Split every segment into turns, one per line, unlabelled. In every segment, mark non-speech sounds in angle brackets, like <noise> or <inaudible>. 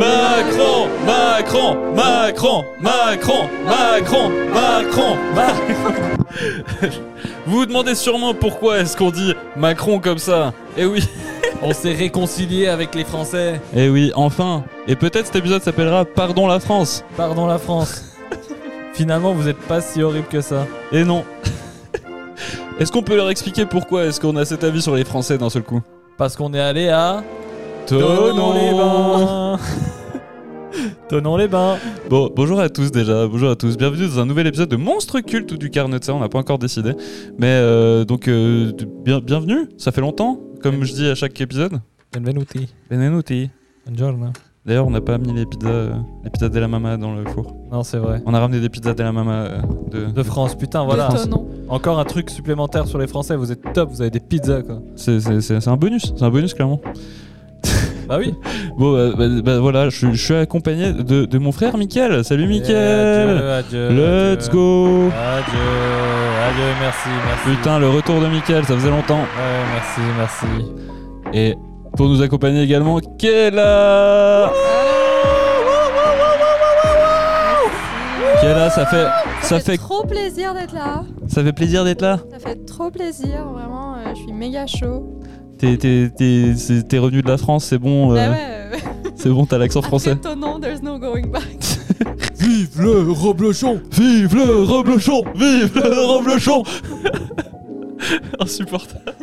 Bah
Macron, Macron, Macron, Macron, Macron, Macron. Vous vous demandez sûrement pourquoi est-ce qu'on dit Macron comme ça Eh oui,
On s'est réconcilié avec les Français.
eh oui, enfin. Et peut-être cet épisode s'appellera Pardon la France.
Pardon la <laughs> France. Finalement, vous êtes pas si horrible que ça.
Et non. Est-ce qu'on peut leur expliquer pourquoi est-ce qu'on a cet avis sur les Français d'un seul coup
Parce qu'on est allé à.
Tonon.
<laughs> Tonon les bains
Bon, bonjour à tous déjà, bonjour à tous, bienvenue dans un nouvel épisode de Monstre Culte ou du Carnet de ça, on n'a pas encore décidé. Mais euh, donc, euh, bien, bienvenue, ça fait longtemps, comme je dis à chaque épisode.
Benvenuti.
Benvenuti.
Buongiorno.
D'ailleurs, on n'a pas mis les pizzas, euh, les pizzas de la mama dans le four.
Non, c'est vrai.
On a ramené des pizzas de la mama euh, de...
De France, putain, voilà.
Plutôt non.
Encore un truc supplémentaire sur les Français. Vous êtes top, vous avez des pizzas, quoi.
C'est- C'est c'est- c'est un bonus, c'est un bonus clairement.
Bah oui.
Bon, bah, bah, bah, voilà, je, je suis accompagné de, de mon frère Mickaël. Salut Mickaël
Adieu, adieu,
Let's
adieu.
go
Adieu, adieu, merci, merci.
Putain, le retour de Mickaël, ça faisait longtemps.
Ouais, merci, merci.
Et pour nous accompagner également, Kella Kella, ça fait, ça fait,
trop plaisir d'être là.
ça fait plaisir d'être là.
Ça fait trop plaisir, vraiment. euh, je suis méga chaud.
T'es, t'es- t'es- c'est- t'es revenu de la France, c'est bon, euh,
Bah ouais. euh,
c'est bon, t'as
<laughs>
l'accent français.
Après ton nom, there's no going back.
Vive le reblochon
Vive le Reblochon Vive le Reblochon <laughs> Insupportable.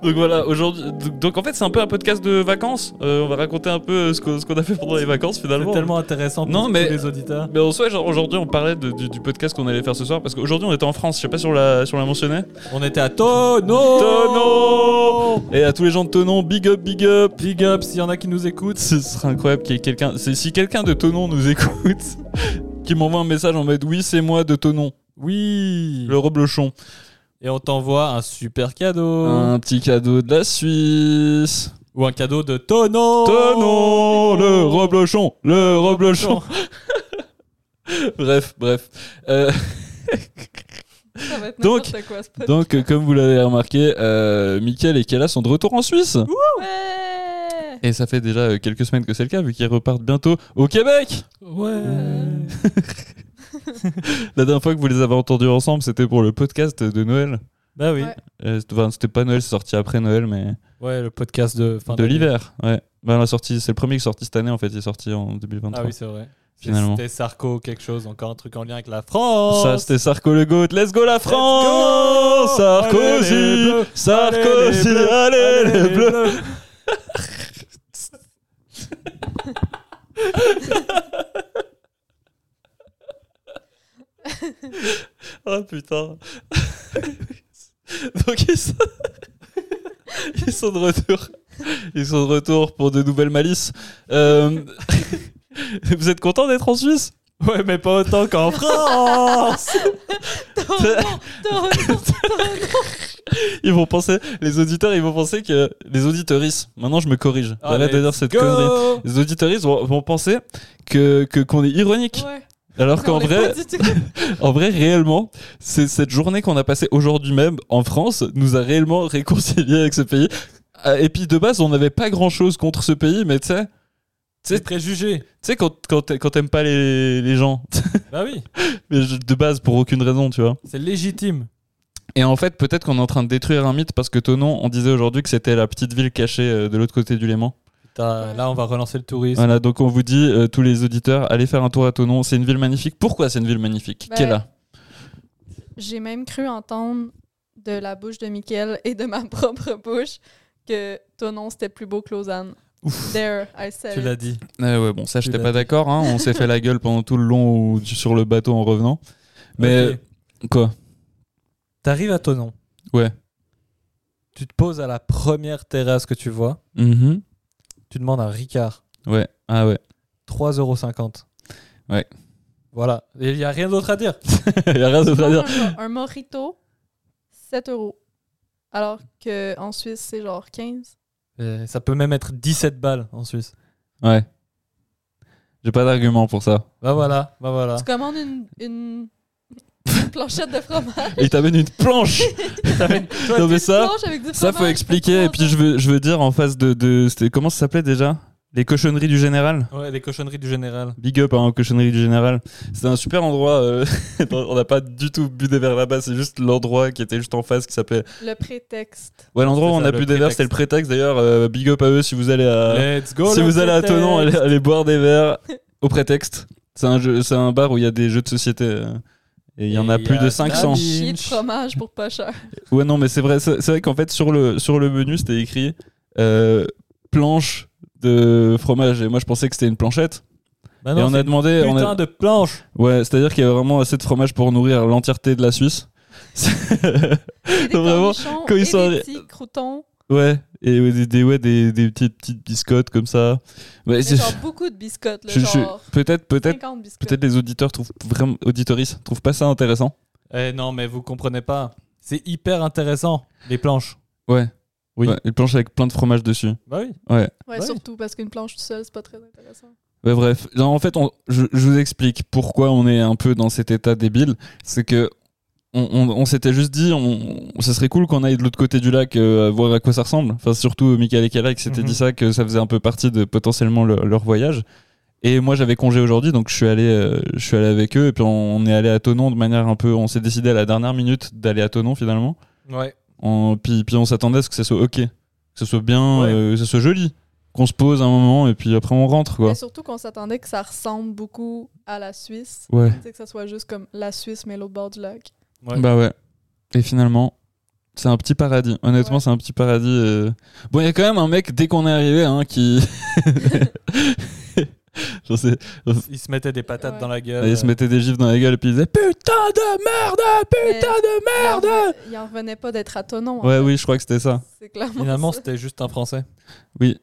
Donc voilà, aujourd'hui. donc- Donc en fait, c'est un peu un podcast de vacances. Euh, on va raconter un peu euh, ce qu'on ce qu'on a fait pendant les vacances finalement.
C'est tellement intéressant pour
Non,
tous
mais-
les auditeurs.
Mais en soi, genre, aujourd'hui, on parlait de- du, du podcast qu'on allait faire ce soir parce qu'aujourd'hui, on était en France. Je sais pas si on l'a si on l'a mentionné.
On était à Tono
Tonon Et à tous les gens de Tonon, big up, big up
Big up s'il y en a qui nous écoutent.
Ce serait incroyable qu'il y ait quelqu'un. c'est- Si quelqu'un de Tonon nous écoute, <laughs> qui m'envoie un message en mode Oui, c'est moi de Tonon,
Oui
le reblochon.
Et on t'envoie un super cadeau.
Un petit cadeau de la Suisse.
Ou un cadeau de Tono Oh.
Tonon, le reblochon, le reblochon.
Oh.
<laughs> bref, bref. Euh,
Ça va être
Donc-
n'importe quoi ce podcast.
donc, euh, comme vous l'avez remarqué, euh, Mickaël et Kella sont de retour en Suisse.
<laughs> Ouais.
Et ça fait déjà euh, quelques semaines que c'est le cas, vu qu'ils repartent bientôt au Québec.
Ouais
<laughs> La dernière fois que vous les avez entendus ensemble, c'était pour le podcast de Noël.
Bah oui.
Ouais.
Euh, c'était- enfin, c'était pas Noël, c'est sorti après Noël, mais
Ouais, le podcast de fin
de
d'année.
l'hiver. Ouais. Ben, la sortie, c'est le premier qui est sorti cette année en fait. Il est sorti en
Ah
2023.
oui, c'est vrai.
Finalement.
C'était Sarko quelque chose, encore un truc en lien avec la France.
Ça, c'était Sarko le Goat. Let's go la
go
France Sarkozy
Allez, les bleus
Sarkozy
bleus
Allez, les
Allez, les
bleus
bleus.
<laughs> Ah putain <laughs> Donc ils sont... ils sont de retour. Ils sont de retour pour de nouvelles malices. Euh, <laughs> Vous êtes content d'être en Suisse
Ouais, mais pas autant qu'en France
Ton nom, ton nom.
<laughs> Ils vont penser, les auditeurs, ils vont penser que les auditeuristes. Maintenant, je me corrige. J'arrête de
Allez,
dire cette
Ah, go
connerie. Les auditeuristes vont, vont penser que que- qu'on est ironique,
Ouais.
alors qu'en
Non, on l'est
vrai,
pas du tout.
en vrai, réellement, c'est cette journée qu'on a passée aujourd'hui même en France nous a réellement réconciliés avec ce pays. Euh, Et puis de base, on n'avait pas grand chose contre ce pays, mais tu sais, tu
C'est préjugé.
sais quand quand t'a- quand t'aimes pas les, les gens, <laughs>
Bah oui,
mais je- de base pour aucune raison, tu vois.
c'est légitime.
Et en fait, peut-être qu'on est en train de détruire un mythe parce que Tonon, on disait aujourd'hui que c'était la petite ville cachée euh, de l'autre côté du Léman.
Putain, là, on va relancer le tourisme.
Voilà, donc on vous dit, euh, tous les auditeurs, allez faire un tour à Tonon. C'est une ville magnifique. Pourquoi c'est une ville magnifique
Bah,
Quelle a
<laughs> J'ai même cru entendre de la bouche de Mickaël et de ma <laughs> propre bouche que ton nom c'était plus beau que Lausanne. There, I said.
Tu
it.
l'as dit.
Euh, ouais, bon, ça, j'étais
l'as
pas d'accord. hein. On s'est fait <laughs> la gueule pendant tout le long ou- sur le bateau en revenant. Mais euh,
Ok.
quoi
T'arrives à ton nom.
Ouais.
Tu te poses à la première terrasse que tu vois.
Mhm.
Tu demandes un Ricard.
Ouais, ah ouais.
3,50€.
Ouais.
Voilà. Il n'y a rien d'autre à dire.
<laughs> Il y a rien d'autre à
Prendre
dire.
un, un mojito, 7 euros. Alors qu'en Suisse, c'est genre 15.
Euh, ça peut même être 17 balles en Suisse.
Ouais. J'ai pas d'argument pour ça.
Bah voilà, bah voilà.
Tu commandes une, une, une planchette de fromage.
Et il t'amène une <laughs> planche Non, mais
Une
ça,
planche avec du
ça faut
fromage.
expliquer. Et puis je veux, je veux dire en face de. de c'était- comment ça s'appelait déjà Les cochonneries du général
Ouais, les cochonneries du général.
Big up, hein, cochonneries du général. C'est un super endroit. euh, <laughs> on n'a pas du tout budé vers là-bas. C'est juste l'endroit qui était juste en face qui s'appelait.
Le prétexte.
Ouais, l'endroit où
C'est
on
ça,
a
le
budé vers, c'était le prétexte. D'ailleurs, euh, big up à eux si vous allez à.
Let's go
Euh, si
le
vous allez à
prétexte.
Tonon, allez, allez boire des verres au prétexte. C'est un, jeu- c'est un bar où il y a des jeux de société. euh, Et il y en
Et
a
il y
plus
a
de 500.
Dabi.
Chier de
Lynch.
fromage pour
<laughs>
pas cher.
Ouais, non, mais c'est vrai, c'est c'est vrai qu'en fait, sur le, sur le menu, c'était écrit euh, planche de fromage. Et moi, je pensais que c'était une planchette.
Bah
et
non,
on a
c'est
demandé.
une
on
putain
a...
de planche
Ouais, c'est-à-dire qu'il y avait vraiment assez de fromage pour nourrir l'entièreté de la Suisse. <laughs> C'est-
Et des
Non, vraiment,
cornichons
quand ils
et
sont
des
arri-
petits croutons.
ouais, et ouais, des, des, ouais, des, des petites, petites biscottes comme ça. Ouais,
Mais
c'est-
genre beaucoup de biscottes, là,
je- je-
genre
Peut-être, peut-être,
50 biscottes.
peut-être les auditeurs trouvent vraiment, auditoristes trouvent pas ça intéressant.
Eh non, mais vous comprenez pas. C'est hyper intéressant, les planches.
Ouais.
Oui.
Ouais, une planche avec plein de fromage dessus.
Bah oui.
Ouais.
Ouais,
Ouais.
surtout parce qu'une planche toute seule, c'est pas très intéressant.
Ouais, bref. Non, en fait, on- je, je vous explique pourquoi on est un peu dans cet état débile. C'est que on, on- on s'était juste dit, on, ce serait cool qu'on aille de l'autre côté du lac euh, voir à quoi ça ressemble. Enfin, surtout Michael et Kala qui s'étaient
Mhm.
dit ça, que ça faisait un peu partie de potentiellement le- leur voyage. Et moi, j'avais congé aujourd'hui, donc je suis allé, euh, je suis allé avec eux. Et puis on, on est allé à Tonon de manière un peu. On s'est décidé à la dernière minute d'aller à Tonon finalement.
Ouais.
En- puis, puis on s'attendait à ce que ça soit ok, que ça soit bien,
Ouais.
euh, que ça soit joli, qu'on se pose un moment et puis après on rentre quoi.
Mais surtout qu'on s'attendait que ça ressemble beaucoup à la Suisse.
Ouais.
Tu sais, que ça soit juste comme la Suisse, mais l'autre bord du lac.
Ouais.
Bah ouais. Et finalement, c'est un petit paradis. Honnêtement,
Ouais.
c'est un petit paradis. euh. Bon, il y a quand même un mec dès qu'on est arrivé hein, qui. <laughs> J'en sais-
Ils se mettaient des patates
Ouais.
dans la gueule.
Il se mettait des gifs dans la gueule et puis il disait Putain de merde Putain de
Il en
merde
revenait- Il en revenait pas d'être à Tonon.
Ouais, oui, je crois que c'était ça.
C'est clairement
Finalement,
ça.
c'était juste un Français.
Oui.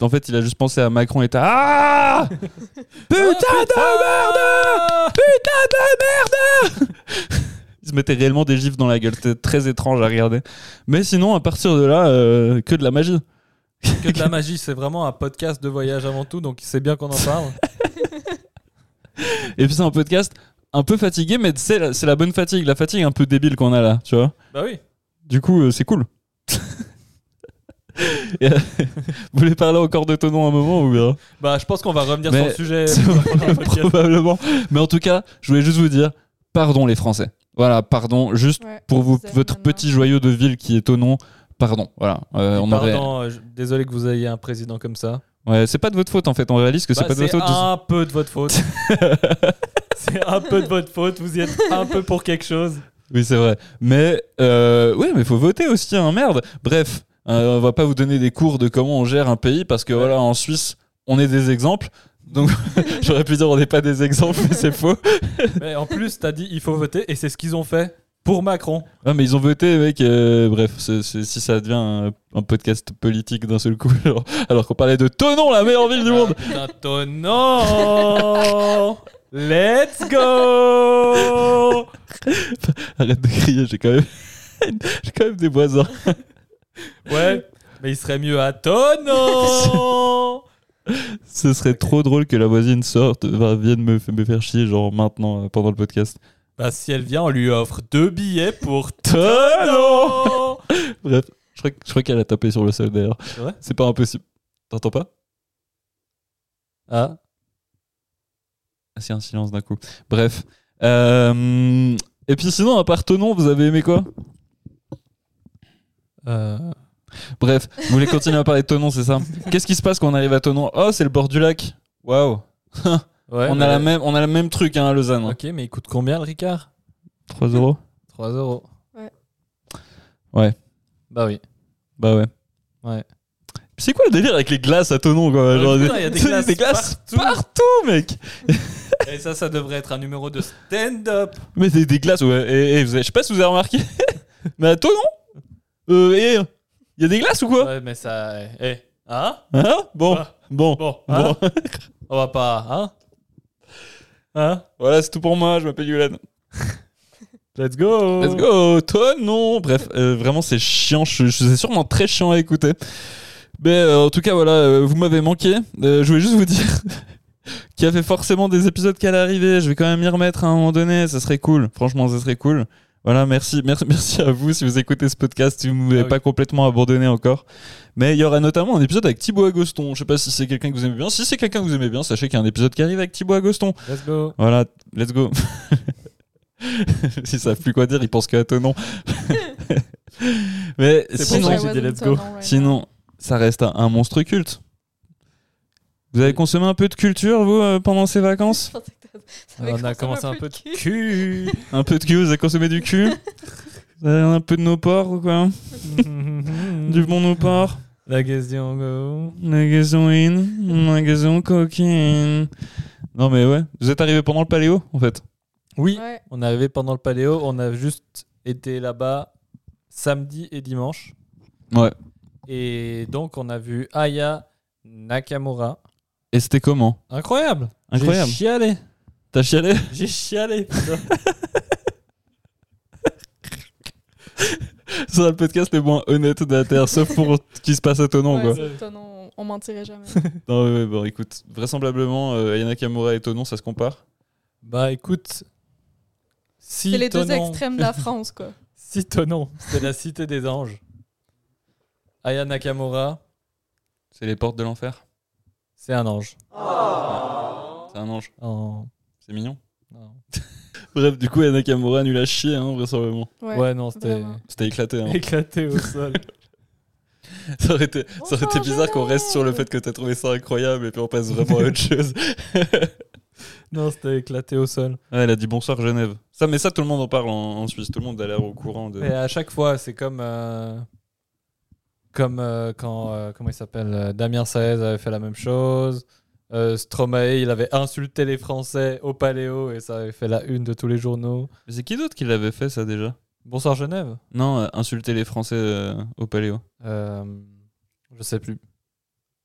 En fait, il a juste pensé à Macron et à. Ah Putain de merde Putain de merde <laughs> Il se mettait réellement des gifs dans la gueule. C'était très étrange à regarder. Mais sinon, à partir de là, euh, que de la magie.
Que de la magie, c'est vraiment un podcast de voyage avant tout, donc c'est bien qu'on en parle.
<laughs> Et puis c'est un podcast un peu fatigué, mais c'est la, c'est la bonne fatigue, la fatigue un peu débile qu'on a là, tu vois.
bah oui.
Du coup, euh, c'est cool. <laughs> Et, euh, Vous voulez parler encore de Tonon un moment
<laughs>
ou bien
Bah je pense qu'on va revenir sur
Mais
le sujet.
<laughs> c'est
pour le podcast.
Probablement. Mais en tout cas, je voulais juste vous dire, pardon les Français. Voilà, pardon, juste
Ouais,
pour vous,
vous êtes
votre
maintenant.
petit joyau de ville qui est Tonon, pardon. Voilà, Euh, on aurait-
Pardon, euh, je- désolé que vous ayez un président comme ça.
Ouais, c'est pas de votre faute en fait, on réalise que c'est
Bah,
pas de votre faute.
un peu de votre
<laughs>
faute. <laughs> c'est un peu de votre faute. Vous y êtes un peu pour quelque chose.
Oui, c'est vrai. Mais euh, ouais, mais faut voter aussi, hein, merde. Bref, euh, on va pas vous donner des cours de comment on gère un pays parce que
Ouais.
voilà, en Suisse, on est des exemples. Donc <laughs> j'aurais pu dire on n'est pas des exemples, mais c'est faux.
Mais en plus, t'as dit il faut voter et c'est ce qu'ils ont fait pour Macron.
Ah, mais ils ont voté, mec. euh, bref, c'est- c'est- si ça devient un, un podcast politique d'un seul coup, genre, alors qu'on parlait de Tonon, la meilleure ville du monde.
Maintenant, let's go.
Arrête de crier, j'ai quand même, <laughs> j'ai quand même des voisins.
Ouais, mais il serait mieux à Tonon.
Ce serait trop drôle que la voisine sorte, enfin, vienne me, me faire chier, genre maintenant, euh, pendant le podcast.
Bah si elle vient, on lui offre deux billets pour Tonon.
Bref, je crois, que- je crois qu'elle a tapé sur le sol d'ailleurs.
C'est vrai
C'est pas impossible. T'entends pas
Ah,
Ah, C'est un silence d'un coup. Bref. Euh, Et puis sinon, à part Tonon, vous avez aimé quoi
euh,
Bref, vous voulez continuer à parler de Tonon, c'est ça Qu'est-ce qui se passe quand on arrive à Tonon Oh, c'est le bord du lac. Waouh.
ouais,
on,
mais-
a la même, on a le même truc hein, à Lausanne.
Ok, mais il coûte combien le Ricard
3 euros
3 euros.
Ouais.
Ouais.
Bah oui.
Bah ouais.
Ouais.
C'est quoi le délire avec les glaces à Tonon quoi
Ouais,
Genre,
putain, y a des
<laughs>
glaces
partout. mec
Et ça, ça devrait être un numéro de stand-up.
Mais des, des glaces, ouais. Et, et vous avez- je sais pas si vous avez remarqué, <laughs> mais à Tonon Euh, et. Il y a des glaces ou quoi
Ouais, mais ça. Eh. Hein
Hein Bon,
Ah.
bon,
Bon,
bon.
hein On va pas. Hein Hein
Voilà, c'est tout pour moi, je m'appelle Yulan.
Let's go
Let's go, toi non Bref, euh, vraiment c'est chiant, je, je- c'est sûrement très chiant à écouter. Mais euh, en tout cas, voilà, euh, vous m'avez manqué. Euh, je voulais juste vous dire <laughs> qu'il y avait forcément des épisodes qui allaient arriver, je vais quand même y remettre à un moment donné, ça serait cool, franchement ça serait cool. Voilà, merci, merci, <laughs> merci à vous si vous écoutez ce podcast, si vous ne m'avez
Ah oui.
pas complètement abandonné encore. Mais il y aura notamment un épisode avec Thibaut Agoston. Je ne sais pas si c'est quelqu'un que vous aimez bien. Si c'est quelqu'un que vous aimez bien, sachez qu'il y a un épisode qui arrive avec Thibaut Agoston.
Let's <laughs> go.
Voilà, let's go. <laughs> Ils savent plus quoi dire, ils pensent qu'à ton nom. <laughs> Mais
C'est pour
sinon,
ça que j'ai dit let's go.
sinon, ça reste un, un monstre culte. Vous avez consommé un peu de culture, vous, euh, pendant ces vacances
<laughs>
On a commencé un peu de cul.
Un peu de cul, vous avez consommé du cul Vous avez un peu de nos porcs ou quoi Du bon nos porcs
La question go.
Magazoine, magasin coquine. Non mais ouais, vous êtes arrivé pendant le paléo en fait.
Oui,
Ouais.
on est arrivé pendant le paléo. On a juste été là-bas samedi et dimanche.
Ouais.
Et donc, on a vu Aya Nakamura.
Et c'était comment
Incroyable.
Incroyable.
J'ai chialé.
T'as chialé
J'ai chialé. putain.
C'est le podcast le moins honnête de la Terre, sauf pour ce qui se passe à Tonon
Ouais,
quoi.
c'est étonnant, on mentirait jamais.
Non ouais, ouais, bon écoute, vraisemblablement euh, Ayana Kamura et Tonon ça se compare.
bah écoute. Si
C'est les deux
Tonon-
extrêmes
<laughs>
de la France, quoi.
Si Tonon, c'est la cité des anges. Aya Nakamura,
C'est les portes de l'enfer.
c'est un ange.
C'est un ange,
Oh,
c'est mignon.
non.
Bref, du coup Ayana Kamura nul à chier hein, vraisemblablement.
Ouais.
Ouais, non, c'était
vraiment.
C'était éclaté hein.
éclaté au sol.
<laughs> Ça aurait été, ça aurait été
Bonsoir,
bizarre qu'on reste sur le fait que t'as trouvé ça incroyable et puis on passe vraiment à autre chose.
Non, c'était éclaté au sol.
<laughs> Ouais, elle a dit bonsoir Genève. Ça, mais ça, tout le monde en parle en, en Suisse. Tout le monde a l'air au courant de.
Et à chaque fois, c'est comme. euh, Comme euh, quand. euh, comment il s'appelle euh, Damien Saez avait fait la même chose. Euh, Stromae, il avait insulté les Français au paléo et ça avait fait la une de tous les journaux.
Mais C'est qui d'autre qui l'avait fait ça déjà
Bonsoir Genève
Non, euh, insulter les Français euh, au Paléo.
Euh, Je sais plus.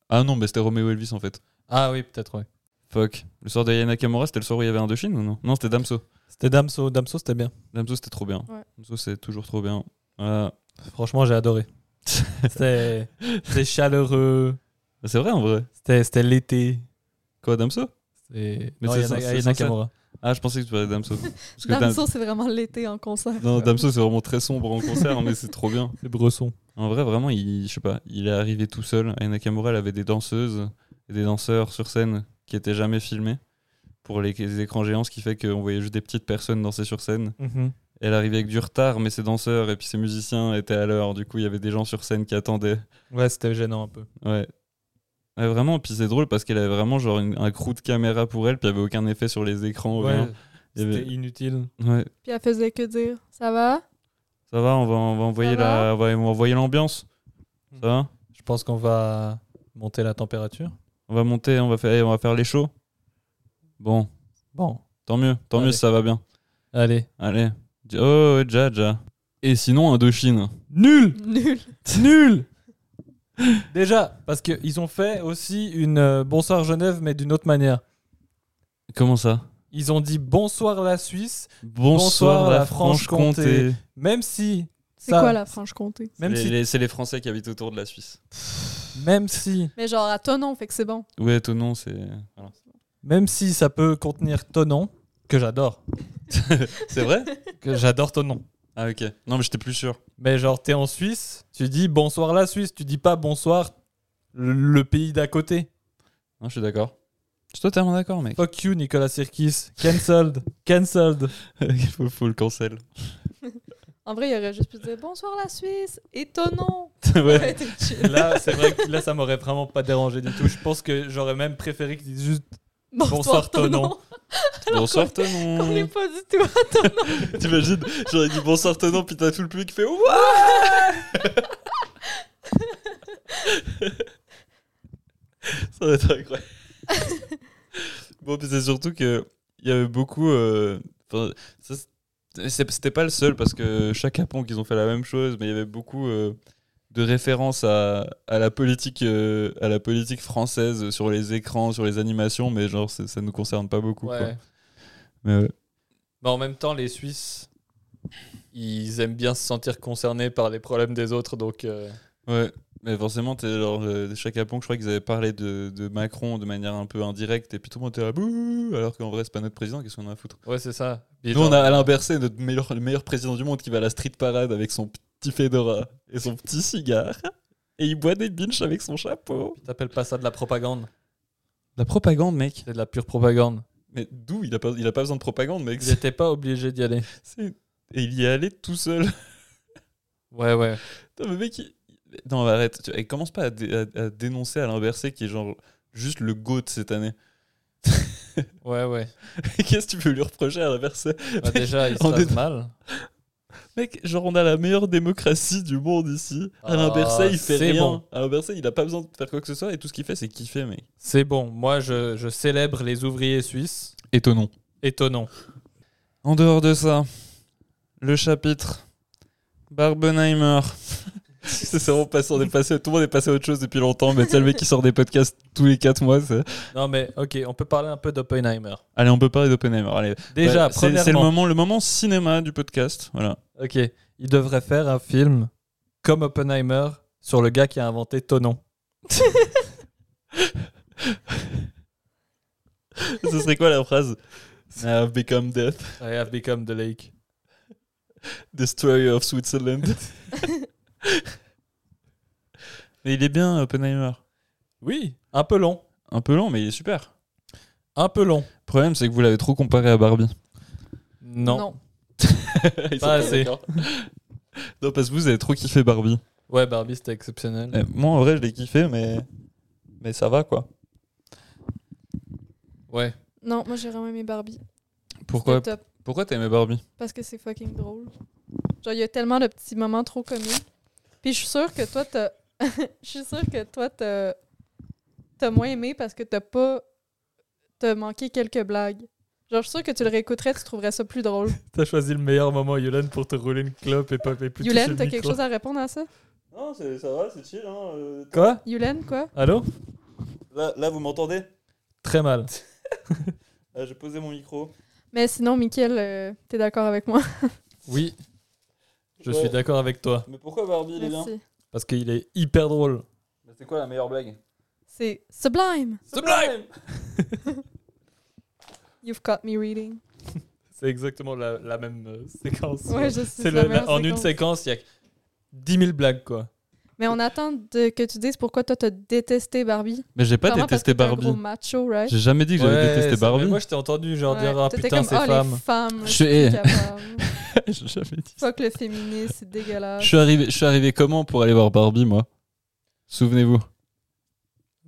Ah non, mais c'était Roméo Elvis en fait.
Ah oui, peut-être, ouais.
Fuck. Le soir d'Ayana Nakamura, c'était le soir où il y avait un de Chine ou non Non, c'était Damso.
C'était Damso. Damso, c'était bien.
Damso, c'était trop bien.
Ouais.
Damso, c'est toujours trop bien. Euh, Voilà.
Franchement, j'ai
<laughs>
adoré. C'était c'était chaleureux.
C'est vrai en vrai.
C'était c'était l'été.
Quoi, Damso
Mais
Mais c'est ça, c'est ça. Ah, je pensais que tu parlais de Damso. Parce que
Damso, c'est vraiment l'été en concert.
Dam- Non, Damso, c'est vraiment très sombre en concert, mais c'est trop bien.
C'est Bresson.
En vrai, vraiment, il, je sais pas, il est arrivé tout seul. Aya Nakamura, elle avait des danseuses et des danseurs sur scène qui étaient jamais filmés pour les, les écrans géants, ce qui fait qu'on voyait juste des petites personnes danser sur scène.
Mhm.
Elle arrivait avec du retard, mais ses danseurs et puis ses musiciens étaient à l'heure. Du coup, il y avait des gens sur scène qui attendaient.
Ouais, c'était gênant un peu.
Ouais. Ouais, vraiment, puis c'est drôle parce qu'elle avait vraiment genre une- un crew de caméra pour elle, puis il n'y avait aucun effet sur les écrans. rien. Il y
c'était
avait-
inutile.
Ouais.
Puis elle faisait que dire Ça va
Ça va, on va, on va envoyer la,
va
on va on va envoyer l'ambiance. Ça va
Je pense qu'on va monter la température.
On va monter, on va faire, eh, on va faire les shows. Bon.
Bon,
Tant mieux, tant mieux
Allez.
si ça va bien.
allez.
Allez. J- Oh, déjà, déjà. Et sinon, Indochine.
<laughs> Nul
Nul.
Nul Déjà, parce qu'ils ont fait aussi une euh, Bonsoir Genève, mais d'une autre manière.
Comment ça
Ils ont dit Bonsoir la Suisse,
Bonsoir,
Bonsoir,
la
la
Franche-Comté.
même si.
C'est
ça-
quoi la Franche-Comté
Même
Les-
si,
les- C'est les Français qui habitent autour de la Suisse.
même si,
Mais genre à ton nom, fait que c'est bon.
Ouais, ton nom, c'est. <laughs> voilà.
même si ça peut contenir Tonon, que j'adore,
C'est vrai
que <laughs> j'adore Tonon.
Ah, ok. Non, mais j'étais plus sûr.
Mais genre, t'es en Suisse, tu dis bonsoir la Suisse, tu dis pas bonsoir le, le pays d'à côté.
Non, je suis d'accord. Je suis totalement d'accord, mec.
Fuck you, Nicolas Sirkis. Cancelled. Cancelled.
Il <laughs> faut, faut le cancel.
En vrai, il aurait juste pu dire Bonsoir la Suisse et ton
<laughs>
nom. Ça aurait
ouais.
été chill.
Là, c'est vrai que là, ça m'aurait vraiment pas dérangé du tout. Je pense que j'aurais même préféré qu'ils disent juste. Bonsoir, ton nom.
Bonsoir, ton
On
<laughs>
n'est
nom.
pas du tout.
T'imagines J'aurais dit bonsoir, ton nom, puis t'as tout le public qui fait Ouah <laughs> Ça va être incroyable. bon, puis c'est surtout que il y avait beaucoup. euh, enfin, ça, c'est- C'était pas le seul parce que chaque apon qu'ils ont fait la même chose, mais il y avait beaucoup euh, de références à, à la politique, euh, à la politique française sur les écrans, sur les animations, mais genre c'est- ça nous concerne pas beaucoup. quoi. Mais ouais.
Mais en même temps, les Suisses, ils aiment bien se sentir concernés par les problèmes des autres, donc. euh,
Ouais. Mais Mais forcément, t'es genre, euh, chaque Japon, je crois qu'ils avaient parlé de, de Macron de manière un peu indirecte, et puis tout le monde était là, bouh, alors qu'en vrai, c'est pas notre président, qu'est-ce qu'on a à foutre
Ouais, c'est ça. Puis
Nous, on
genre-
a Alain Berset, notre meilleur, le meilleur président du monde, qui va à la street parade avec son petit fedora et son petit cigare, et il boit des binges avec son chapeau.
T'appelles pas ça de la propagande
La propagande, mec.
C'est de la pure propagande.
Mais d'où il a, pas, il a pas besoin de propagande, mec.
Ils étaient pas obligés d'y aller.
C'est- Et il y est allé tout seul. <laughs>
Ouais, ouais.
Non, mais mec, il- non, mais arrête. Tu- Elle commence pas à, dé- à- à dénoncer Alain Berset qui est genre juste le GOAT cette année. <laughs>
Ouais, ouais.
Qu'est-ce que tu peux lui reprocher à Alain Berset
Bah, déjà, <laughs> ils se
On est-
rasent mal.
Mec, genre on a la meilleure démocratie du monde ici. Alain
Ah,
Berset, il fait
c'est
rien.
bon.
Alain Berset, il a pas besoin de faire quoi que ce soit et tout ce qu'il fait, c'est kiffer, mec.
C'est bon. Moi, je, je célèbre les ouvriers suisses.
Étonnant.
Étonnant.
En dehors de ça, le chapitre Barbenheimer. <laughs> c'est vraiment passé, on est passé, tout le monde est passé à autre chose depuis longtemps, mais tu sais, le mec qui sort des podcasts tous les 4 mois. c'est-
Non, mais ok, on peut parler un peu d'Oppenheimer.
Allez, on peut parler d'Oppenheimer. Allez,
Déjà,
Ouais, c'est- c'est le
premièrement-
moment, le moment cinéma du podcast. Voilà.
Ok, il devrait faire un film comme Oppenheimer sur le gars qui a inventé Tonon.
<laughs> Ce serait quoi la phrase I have become Ah, death,
I have become the lake.
destroyer
<laughs>
of Switzerland. <laughs> mais il est bien, Oppenheimer.
Oui, un peu long.
Un peu long, mais il est super.
Un peu long.
Le problème, c'est que vous l'avez trop comparé à <laughs> Barbie.
Non.
Ils sont
Pas assez.
d'accord. non, parce que vous avez trop kiffé Barbie.
Ouais, Barbie, c'était exceptionnel.
Eh, moi, en vrai, je l'ai kiffé, mais... mais ça va, quoi.
Ouais.
Non, moi j'ai vraiment aimé Barbie.
Pourquoi,
C'était top.
pourquoi t'as aimé Barbie
Parce que c'est fucking drôle. Genre, il y a tellement de petits moments trop comiques. Puis je suis sûre que toi, t'as. <laughs> Je suis sûre que toi, t'as. T'as moins aimé parce que t'as pas. T'as manqué quelques blagues. Genre, je suis sûre que tu le réécouterais, tu trouverais ça
<laughs>
plus drôle.
T'as choisi le meilleur moment, Yulen, pour te rouler une clope et pas et plus
Yulen, t'as quelque chose à répondre à ça?
Non, ça va, c'est chill. hein, euh.
Quoi
Yulen, quoi?
Allô
Là, vous m'entendez
Très mal.
J'ai posé mon micro.
Mais sinon, Mickaël, euh, t'es d'accord avec moi?
Oui, je suis d'accord avec toi.
Mais pourquoi Barbie, il est bien
Merci.
Parce qu'il est hyper drôle.
C'est quoi la meilleure blague
C'est sublime!
Sublime
You've got me reading.
C'est exactement la, la même euh, séquence.
Ouais, je sais.
C'est
la
le-
meilleure
en une
séquence.
séquence, il y a 10 000 blagues, quoi.
Mais on attend de- que tu dises pourquoi toi, t'as détesté Barbie.
Mais j'ai pas
Vraiment parce
détesté
que t'es un
Barbie.
gros macho, right?
J'ai jamais dit que j'avais
Ouais,
détesté
ça- mais
Barbie.
Moi, je t'ai entendu genre
Ouais,
dire Ah
t'étais
putain,
comme,
ces
oh,
femmes.
les femmes.
Je-
Je suis
eh.
plus capable.
<laughs> j'ai jamais dit.
Fuck le féminisme, c'est dégueulasse.
Je suis arrivé, je suis arrivé comment pour aller voir Barbie, moi Souvenez-vous.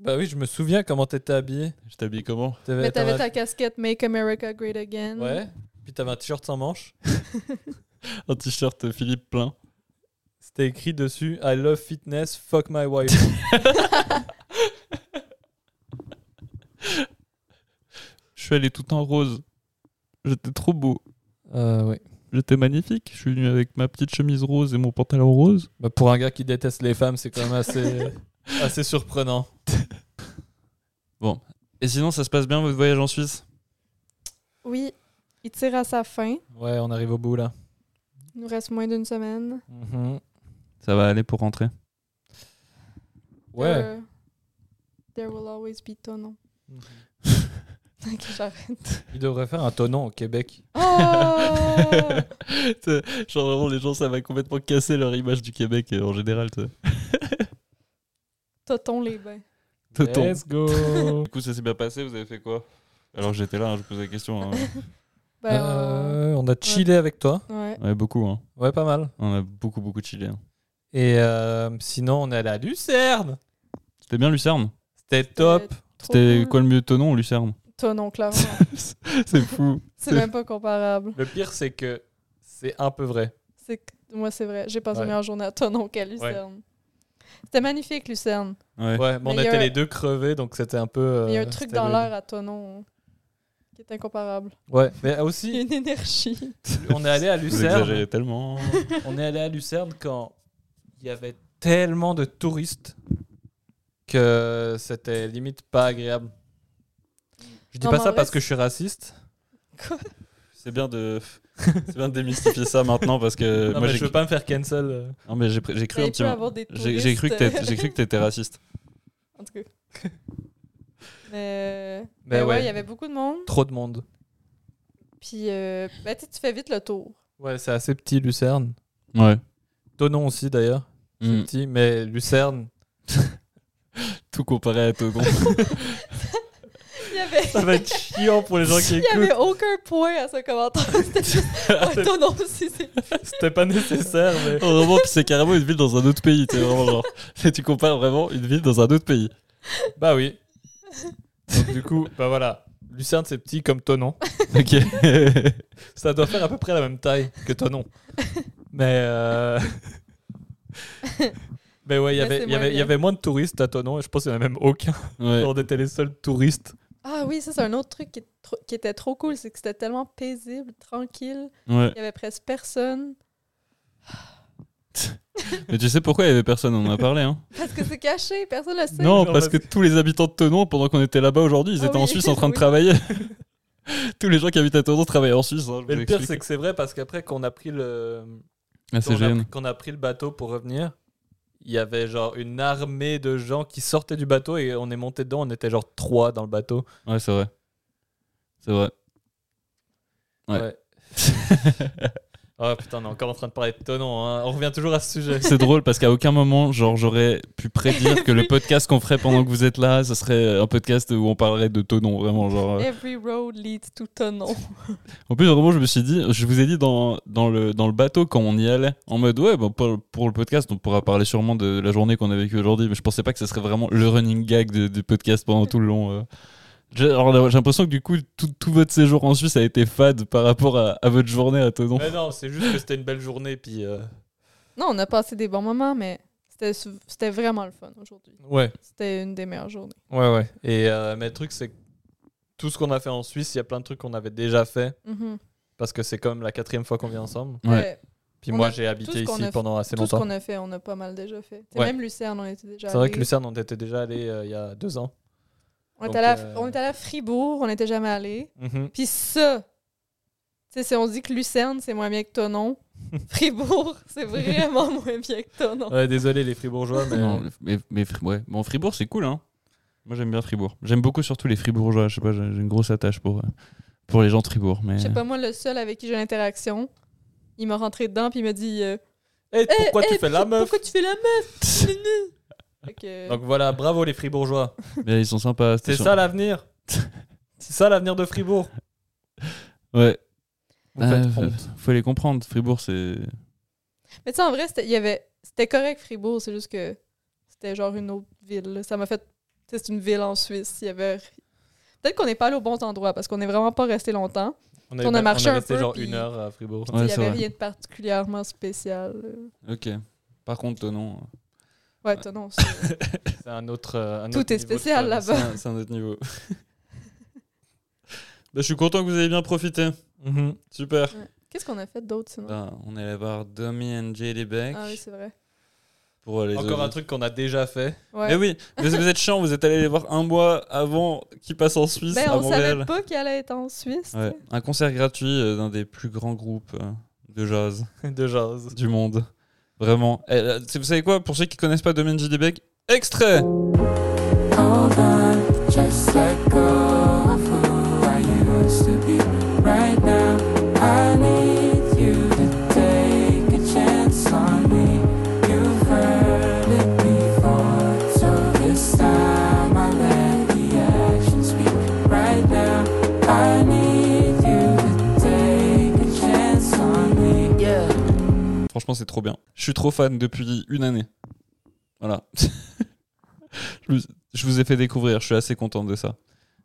Bah oui, je me souviens comment t'étais habillé.
Je t'habille comment
T'avais-
Mais t'avais
t'avais-
ta casquette Make America Great Again.
Ouais. Puis t'avais un t-shirt sans manches.
Un t-shirt Philippe plein.
C'était écrit dessus I love fitness, fuck my wife.
Je suis allé tout en rose. J'étais trop beau.
<laughs> euh, oui.
J'étais magnifique. Je suis venu avec ma petite chemise rose et mon pantalon rose.
Bah, pour un gars qui déteste les femmes, c'est quand même assez, <laughs> assez surprenant.
Et sinon, ça se passe bien votre voyage en Suisse
Oui, il tire à sa fin.
Ouais, on arrive au bout là.
Il nous reste moins d'une semaine.
Mhm.
Ça va aller pour rentrer.
Ouais.
There, Euh, there will always be ton nom.
Mhm.
Ok,
<laughs>
j'arrête.
Il devrait faire un tonon au Québec.
Oh!
Genre vraiment, les gens, ça va complètement casser leur image du Québec euh, en général. tu sais.
Toton les bains.
Toton.
Let's <laughs>
Euh,
go.
Du coup, ça s'est bien passé. Vous avez fait quoi Alors j'étais là, hein, je posais la question. hein.
Ben,
Euh, on a chillé avec toi.
euh, ouais.
<laughs> Ouais, beaucoup. Hein.
Ouais, pas mal.
On a beaucoup, beaucoup chillé. hein.
Et euh, sinon, on est allé à Lucerne.
C'était bien Lucerne.
C'était top.
C'était trop
C'était
cool.
quoi le mieux Tonon ou Lucerne
Ton
<laughs>
nom, clairement.
C'est fou.
c'est même pas comparable.
Le pire, c'est que c'est un peu vrai.
C'est que- Moi, c'est vrai. J'ai passé
Ouais.
une meilleure journée à ton nom qu'à Lucerne. C'était magnifique, Lucerne.
Ouais,
Ouais.
mais on
Mais il y
était
a-
les deux crevés, donc c'était un peu. euh,
Il y a un truc
c'était
dans
le-
l'air à ton nom qui est <laughs> incomparable.
Ouais, mais
Il y a <laughs>
aussi,
une énergie.
on est allé à
Vous
Lucerne.
exagérez tellement.
On est allé à Lucerne quand il y avait tellement de touristes que c'était limite pas agréable. Je dis
Non,
pas
mais en
ça
vrai,
parce que je suis raciste.
Quoi?
C'est bien de, c'est bien de démystifier ça maintenant parce que
Non,
Euh, moi
mais
j'ai,
je veux pas me faire cancel. euh.
non, mais j'ai, pr- j'ai cru
Mais
un
il
petit
peut
moment-
avoir des
J'ai, j'ai cru que
touristes. euh,
t'étais, j'ai cru que t'étais raciste.
En tout cas. <laughs> Mais,
Mais
mais ouais,
ouais.
il y avait beaucoup de monde.
Trop de monde.
Puis, euh, ben, tu sais, tu fais vite le tour.
Ouais, c'est assez petit, Lucerne.
Ouais.
Tonon aussi, d'ailleurs. C'est
Mm.
petit, mais <laughs> Lucerne.
Tout comparé à Togon.
<laughs> Il y avait,
ça va être chiant pour <laughs> les gens qui
il y avait aucun point à ce commentaire. <laughs> C'était juste, ouais, ton nom aussi, c'est
<laughs> C'était pas nécessaire, mais.
Oh, Vraiment, puis c'est carrément une ville dans un autre pays. C'est vraiment genre. Et tu compares vraiment une ville dans un autre pays.
Bah oui. Donc, du coup, bah voilà. Lucerne, c'est petit comme Tonon.
<laughs> Ok.
Ça doit faire à peu près la même taille que Tonon. Mais. euh, <laughs> Mais ouais, il y
Mais
avait-
c'est
il y,
moins
avait, il y
bien.
avait moins de touristes à Tonon, et je pense qu'il y en a même aucun.
<laughs> ouais.
On était les seuls touristes.
Ah oui, ça, c'est un autre truc qui, est trop- qui était trop cool. C'est que c'était tellement paisible, tranquille.
ouais.
Il y avait presque personne.
Mais tu sais pourquoi il y avait personne, on en a parlé. Hein.
Parce que c'est caché, personne ne le sait.
Non,
genre
parce que
parce
tous les habitants de Tonon, pendant qu'on était là-bas aujourd'hui, ils
Ah
étaient en
oui,
Suisse en train de
<laughs> oui.
travailler. <laughs> tous les gens qui habitent à Tonon travaillent en Suisse. hein, je
Mais
vous
le pire,
explique.
c'est que c'est vrai, parce qu'après qu'on a pris le.
Ah,
Quand
c'est
on a-
gêne.
Quand on a pris le bateau pour revenir, il y avait genre une armée de gens qui sortaient du bateau et on est monté dedans. On était genre trois dans le bateau.
Ouais, c'est vrai. C'est vrai. <laughs> Ouais.
oh putain, on est encore en train de parler de tonon. hein. On revient toujours à ce <laughs> sujet.
C'est drôle parce qu'à aucun moment, genre, j'aurais pu prédire que le podcast qu'on ferait pendant que vous êtes là, ce serait un podcast où on parlerait de Tonon, vraiment. Genre, euh.
Every road leads to ton nom.
En plus, vraiment, je me suis dit, je vous ai dit dans, dans, le, dans le bateau quand on y allait, en mode, ouais, bah, pour, pour le podcast, on pourra parler sûrement de la journée qu'on a vécue aujourd'hui, mais je pensais pas que ce serait vraiment le running gag de- du podcast pendant tout le long. euh. J'ai alors, j'ai l'impression que du coup, tout, tout votre séjour en Suisse a été fade par rapport à, à votre journée à Tonon.
Mais non, c'est juste que c'était une belle journée. Puis euh,
Non, on a passé des bons moments, mais c'était sou- c'était vraiment le fun aujourd'hui.
ouais,
C'était une des meilleures journées.
ouais, ouais. Et euh, mais le truc, c'est que tout ce qu'on a fait en Suisse, il y a plein de trucs qu'on avait déjà fait
Mhm.
parce que c'est quand même la quatrième fois qu'on vient ensemble.
Ouais.
Euh,
Puis
On
moi,
a-
j'ai
tout
habité
ce qu'on
ici
a fait-
pendant assez
tout ce
longtemps.
qu'on a fait, on a pas mal déjà fait. C'est
Ouais.
Même Lucerne, on était déjà
C'est vrai
allé.
que Lucerne, on était déjà allé euh, il y a deux ans.
on,
donc,
était allé à-
euh,
on était allé à Fribourg, on n'était jamais allé.
Mhm.
Puis ça, tu sais, si on dit que Lucerne, c'est moins bien que
<laughs>
Tonon, Fribourg, c'est vraiment moins bien que Tonon.
Ouais, désolé les fribourgeois, mais.
Non, mais, mais Fri- ouais. Bon, Fribourg, c'est cool, hein. Moi, j'aime bien Fribourg. J'aime beaucoup surtout les Fribourgeois. Je sais pas, j'ai j'ai une grosse attache pour, euh, pour les gens de Fribourg. Mais...
Je sais pas, moi, le seul avec qui j'ai l'interaction, il m'a rentré dedans, puis il m'a dit euh,
Hey, pourquoi
Eh,
tu
eh,
fais la meuf
Pourquoi tu fais
<laughs>
la meuf Fait que-
Donc voilà, bravo les fribourgeois.
Mais ils sont sympas.
C'est
sûr.
ça l'avenir. <laughs> C'est ça l'avenir de Fribourg.
Ouais.
Vous
Ah,
faites
faut-
honte.
Faut les comprendre. Fribourg, c'est.
Mais tu sais, en vrai, c'était il y avait- c'était correct Fribourg, c'est juste que c'était genre une autre ville. là. Ça m'a fait. tu sais, C'est une ville en Suisse. Il y avait. Peut-être qu'on n'est pas allé au bon endroit parce qu'on n'est vraiment pas resté longtemps.
est-
on a marché un
resté
peu,
genre
puis-
une heure à Fribourg.
Tu sais, Il
Ouais,
n'y
c'est
avait
vrai.
rien de particulièrement spécial. euh.
Ok. Par contre, euh,
<laughs>
non.
Ouais,
<laughs>
toi, non. c'est-
C'est un autre. euh, un
Tout
autre
est
niveau de
spécial,
fun.
là.
C'est un, c'est un autre niveau. <laughs> Bah, je suis content que vous ayez bien profité.
Mhm.
Super.
Qu'est-ce qu'on a fait d'autre sinon?
Bah, on est allé voir Domi and Jelly Beck
Ah oui, c'est vrai.
pour les
Encore un
autres.
truc qu'on a déjà fait. <laughs>
Mais
Ouais.
oui, vous, vous êtes chiant, vous êtes allé les voir un mois avant qu'ils passent en Suisse
Ben,
à
on savait
Montréal.
pas qu'il allait être en Suisse. tu
Ouais,
sais.
Un concert gratuit euh, d'un des plus grands groupes euh, de jazz
De jazz.
du monde. Vraiment. Eh, euh, vous savez quoi Pour ceux qui connaissent pas Domaine J. Beck, extrait
Hold on, just let go of who I used to be. Right now, I need you to take a chance on me. You've heard it before, so this time I let the action speak. Right now, I need you to take a chance on me. Yeah.
Franchement, c'est trop bien. Je suis trop fan depuis une année. Voilà. <laughs> je, vous, je vous ai fait découvrir, je suis assez content de ça.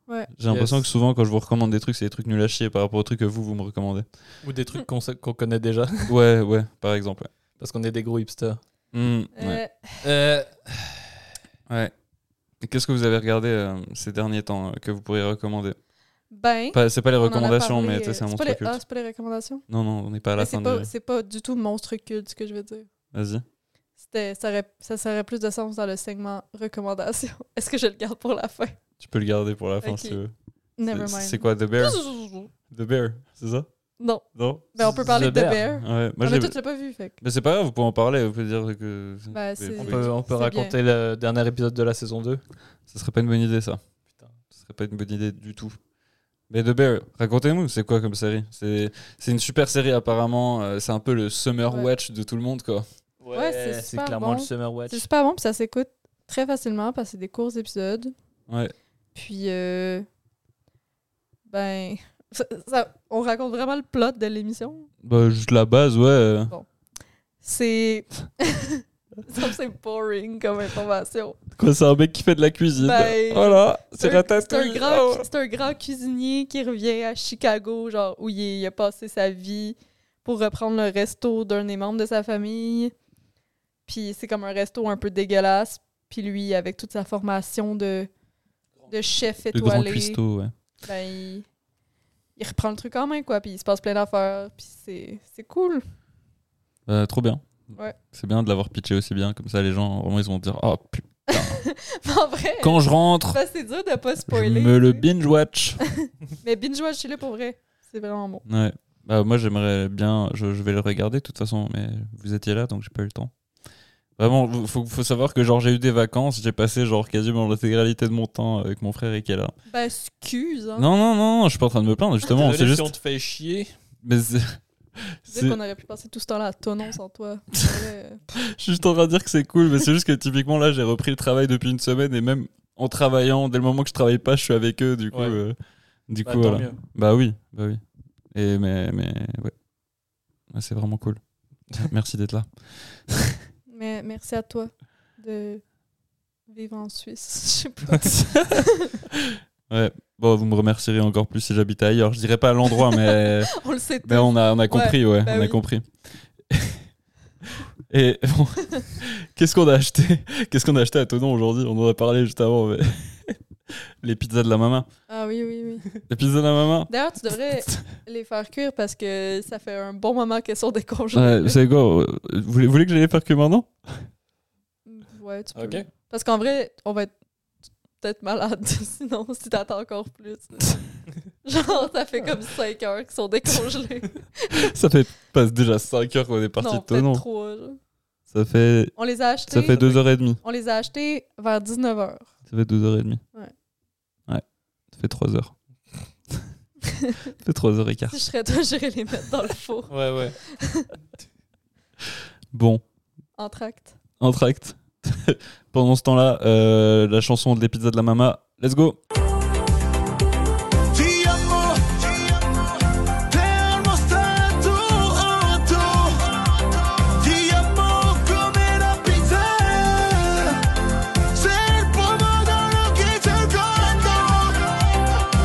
Ouais.
J'ai l'impression
Yes.
que souvent, quand je vous recommande des trucs, c'est des trucs nuls à chier par rapport aux trucs que vous, vous me recommandez.
Ou des trucs qu'on sait- qu'on connaît déjà. <laughs>
ouais, ouais, par exemple.
Parce qu'on est des gros hipsters.
ouais. Hmm, ouais.
Euh,
Ouais. Et Qu'est-ce que vous avez regardé euh, ces derniers temps euh, que vous pourriez recommander
ben.
Pas- C'est pas les
on en a
recommandations,
parlé,
mais
euh,
tu sais, c'est un
c'est
monstre
pas les-
culte.
Ah, c'est pas les recommandations?
Non, non, on n'est pas à
Mais
la fin
C'est
de...
pas, c'est pas du tout monstre culte ce que je veux dire.
Vas-y.
C'était- ça, aurait, ça serait plus de sens dans le segment recommandations. <laughs> Est-ce que je le garde pour la fin?
Tu peux le garder pour la fin
Ok.
si tu veux.
Never
C'est-
<laughs> mind.
C'est quoi The Bear The Bear, c'est ça
Non.
Non
Ben, on peut parler
The
de Bear.
Ouais, moi,
On a
j'ai-
tous l'as pas vu, fait que-
Mais c'est pas grave, vous pouvez en parler, vous pouvez dire que.
Bah,
Mais
c'est-
On
oui,
peut, on peut
C'est
raconter le dernier épisode de la saison 2.
Ça serait pas une bonne idée, ça.
Putain.
Ce serait pas une bonne idée du tout. Mais The Bear, racontez-nous, c'est quoi comme série C'est c'est une super série, apparemment. euh, c'est un peu le summer
Ouais.
watch de tout le monde, quoi.
Ouais, c'est super
clairement le
bon.
Summer Watch.
C'est super bon, puis ça s'écoute très facilement parce que c'est des courts épisodes.
Ouais.
Puis, euh, ben, <laughs> ça- ça- on raconte vraiment le plot de l'émission.
Bah, juste la base, ouais.
C'est. <laughs> Ça, c'est boring comme information.
Quoi, c'est un mec qui fait de la cuisine.
Ben,
voilà, c'est
un-
la Oh.
c'est Ah un, grand, c'est un grand cuisinier qui revient à Chicago, genre où il, est- il a passé sa vie pour reprendre le resto d'un des membres de sa famille. Puis c'est comme un resto un peu dégueulasse. Puis lui, avec toute sa formation de, de chef
Le grand
étoilé,
cuistot, ouais.
ben, il, il reprend le truc en main, quoi. Puis il se passe plein d'affaires. Puis c'est, c'est cool. <laughs>
Euh, trop bien.
Ouais.
C'est bien de l'avoir pitché aussi bien, comme ça les gens, vraiment, ils vont dire Oh putain,
Mais en vrai,
quand je rentre,
ben, c'est dur de pas
je
spoiler.
me le
tu sais.
binge-watch.
Mais binge watch, le pour vrai. C'est vraiment bon.
ouais. Bah, moi, j'aimerais bien, je, je vais le regarder de toute façon, mais vous étiez là, donc j'ai pas eu le temps. Vraiment, vous- faut, faut savoir que genre j'ai eu des vacances, j'ai passé genre quasiment l'intégralité de mon temps avec mon frère et qui est là.
Ben, excuse, hein.
Non, non, non, non, je suis pas en train de me plaindre, justement,
Ah,
c'est juste.
te fait chier.
mais c'est-
<laughs> Dire
c'est-
qu'on aurait pu passer tout ce temps-là à tonon
<laughs>
sans toi. euh, Ouais.
Je suis juste en train de dire que c'est cool, mais c'est juste que typiquement là, j'ai repris le travail depuis une semaine et même en travaillant, dès le moment que je travaille pas, je suis avec eux, du coup,
Ouais.
euh, du coup, voilà. Bah oui, bah oui. Et mais mais ouais, Ouais, c'est vraiment
<laughs>
cool. Merci d'être là. <laughs>
Mais merci à toi de vivre en Suisse. <laughs> Je sais
<laughs>
pas.
ouais. Bon, vous me remercierez encore plus si j'habitais ailleurs. Je dirais pas à l'endroit,
<laughs>
mais
On le sait tous.
mais Ben, on a on a compris, ouais,
bah
on a
oui.
compris. Et
<laughs>
bon, qu'est-ce qu'on a acheté Qu'est-ce qu'on a acheté à Tonon aujourd'hui On en a parlé juste avant, mais <laughs> les pizzas de la maman.
Ah oui, oui, oui.
Les pizzas de la maman.
D'ailleurs, tu devrais les faire cuire parce que ça fait un bon moment qu'elles sont décongelées.
<laughs> Ouais, vous savez quoi euh, Vous voulez, vous voulez que j'aille les faire que maintenant
Ouais, tu peux.
Ok.
Parce qu'en vrai, on va être peut-être malade <laughs> sinon si t'attends encore
<laughs>
plus. Genre, ça fait comme 5 heures qu'elles sont décongelées.
Ça fait passe déjà 5 heures qu'on est parti
non,
de Tonon.
peut-être 3.
Ça fait
On les a achetées.
ça fait 2h30.
On les a achetées vers 19 h
Ça fait 2h30.
Ouais.
Ouais. Ça fait 3h. ça fait 3h15.
Si je serais <laughs> toi, j'irais les mettre dans le four
Ouais, ouais.
Bon,
en tract.
en tract. <laughs> Pendant ce temps-là, euh, la chanson de les pizzas de la maman. Let's go
Ti amo, te ho mostrato tu. Ti amo come la pizza. Sei il pomodoro che cercando.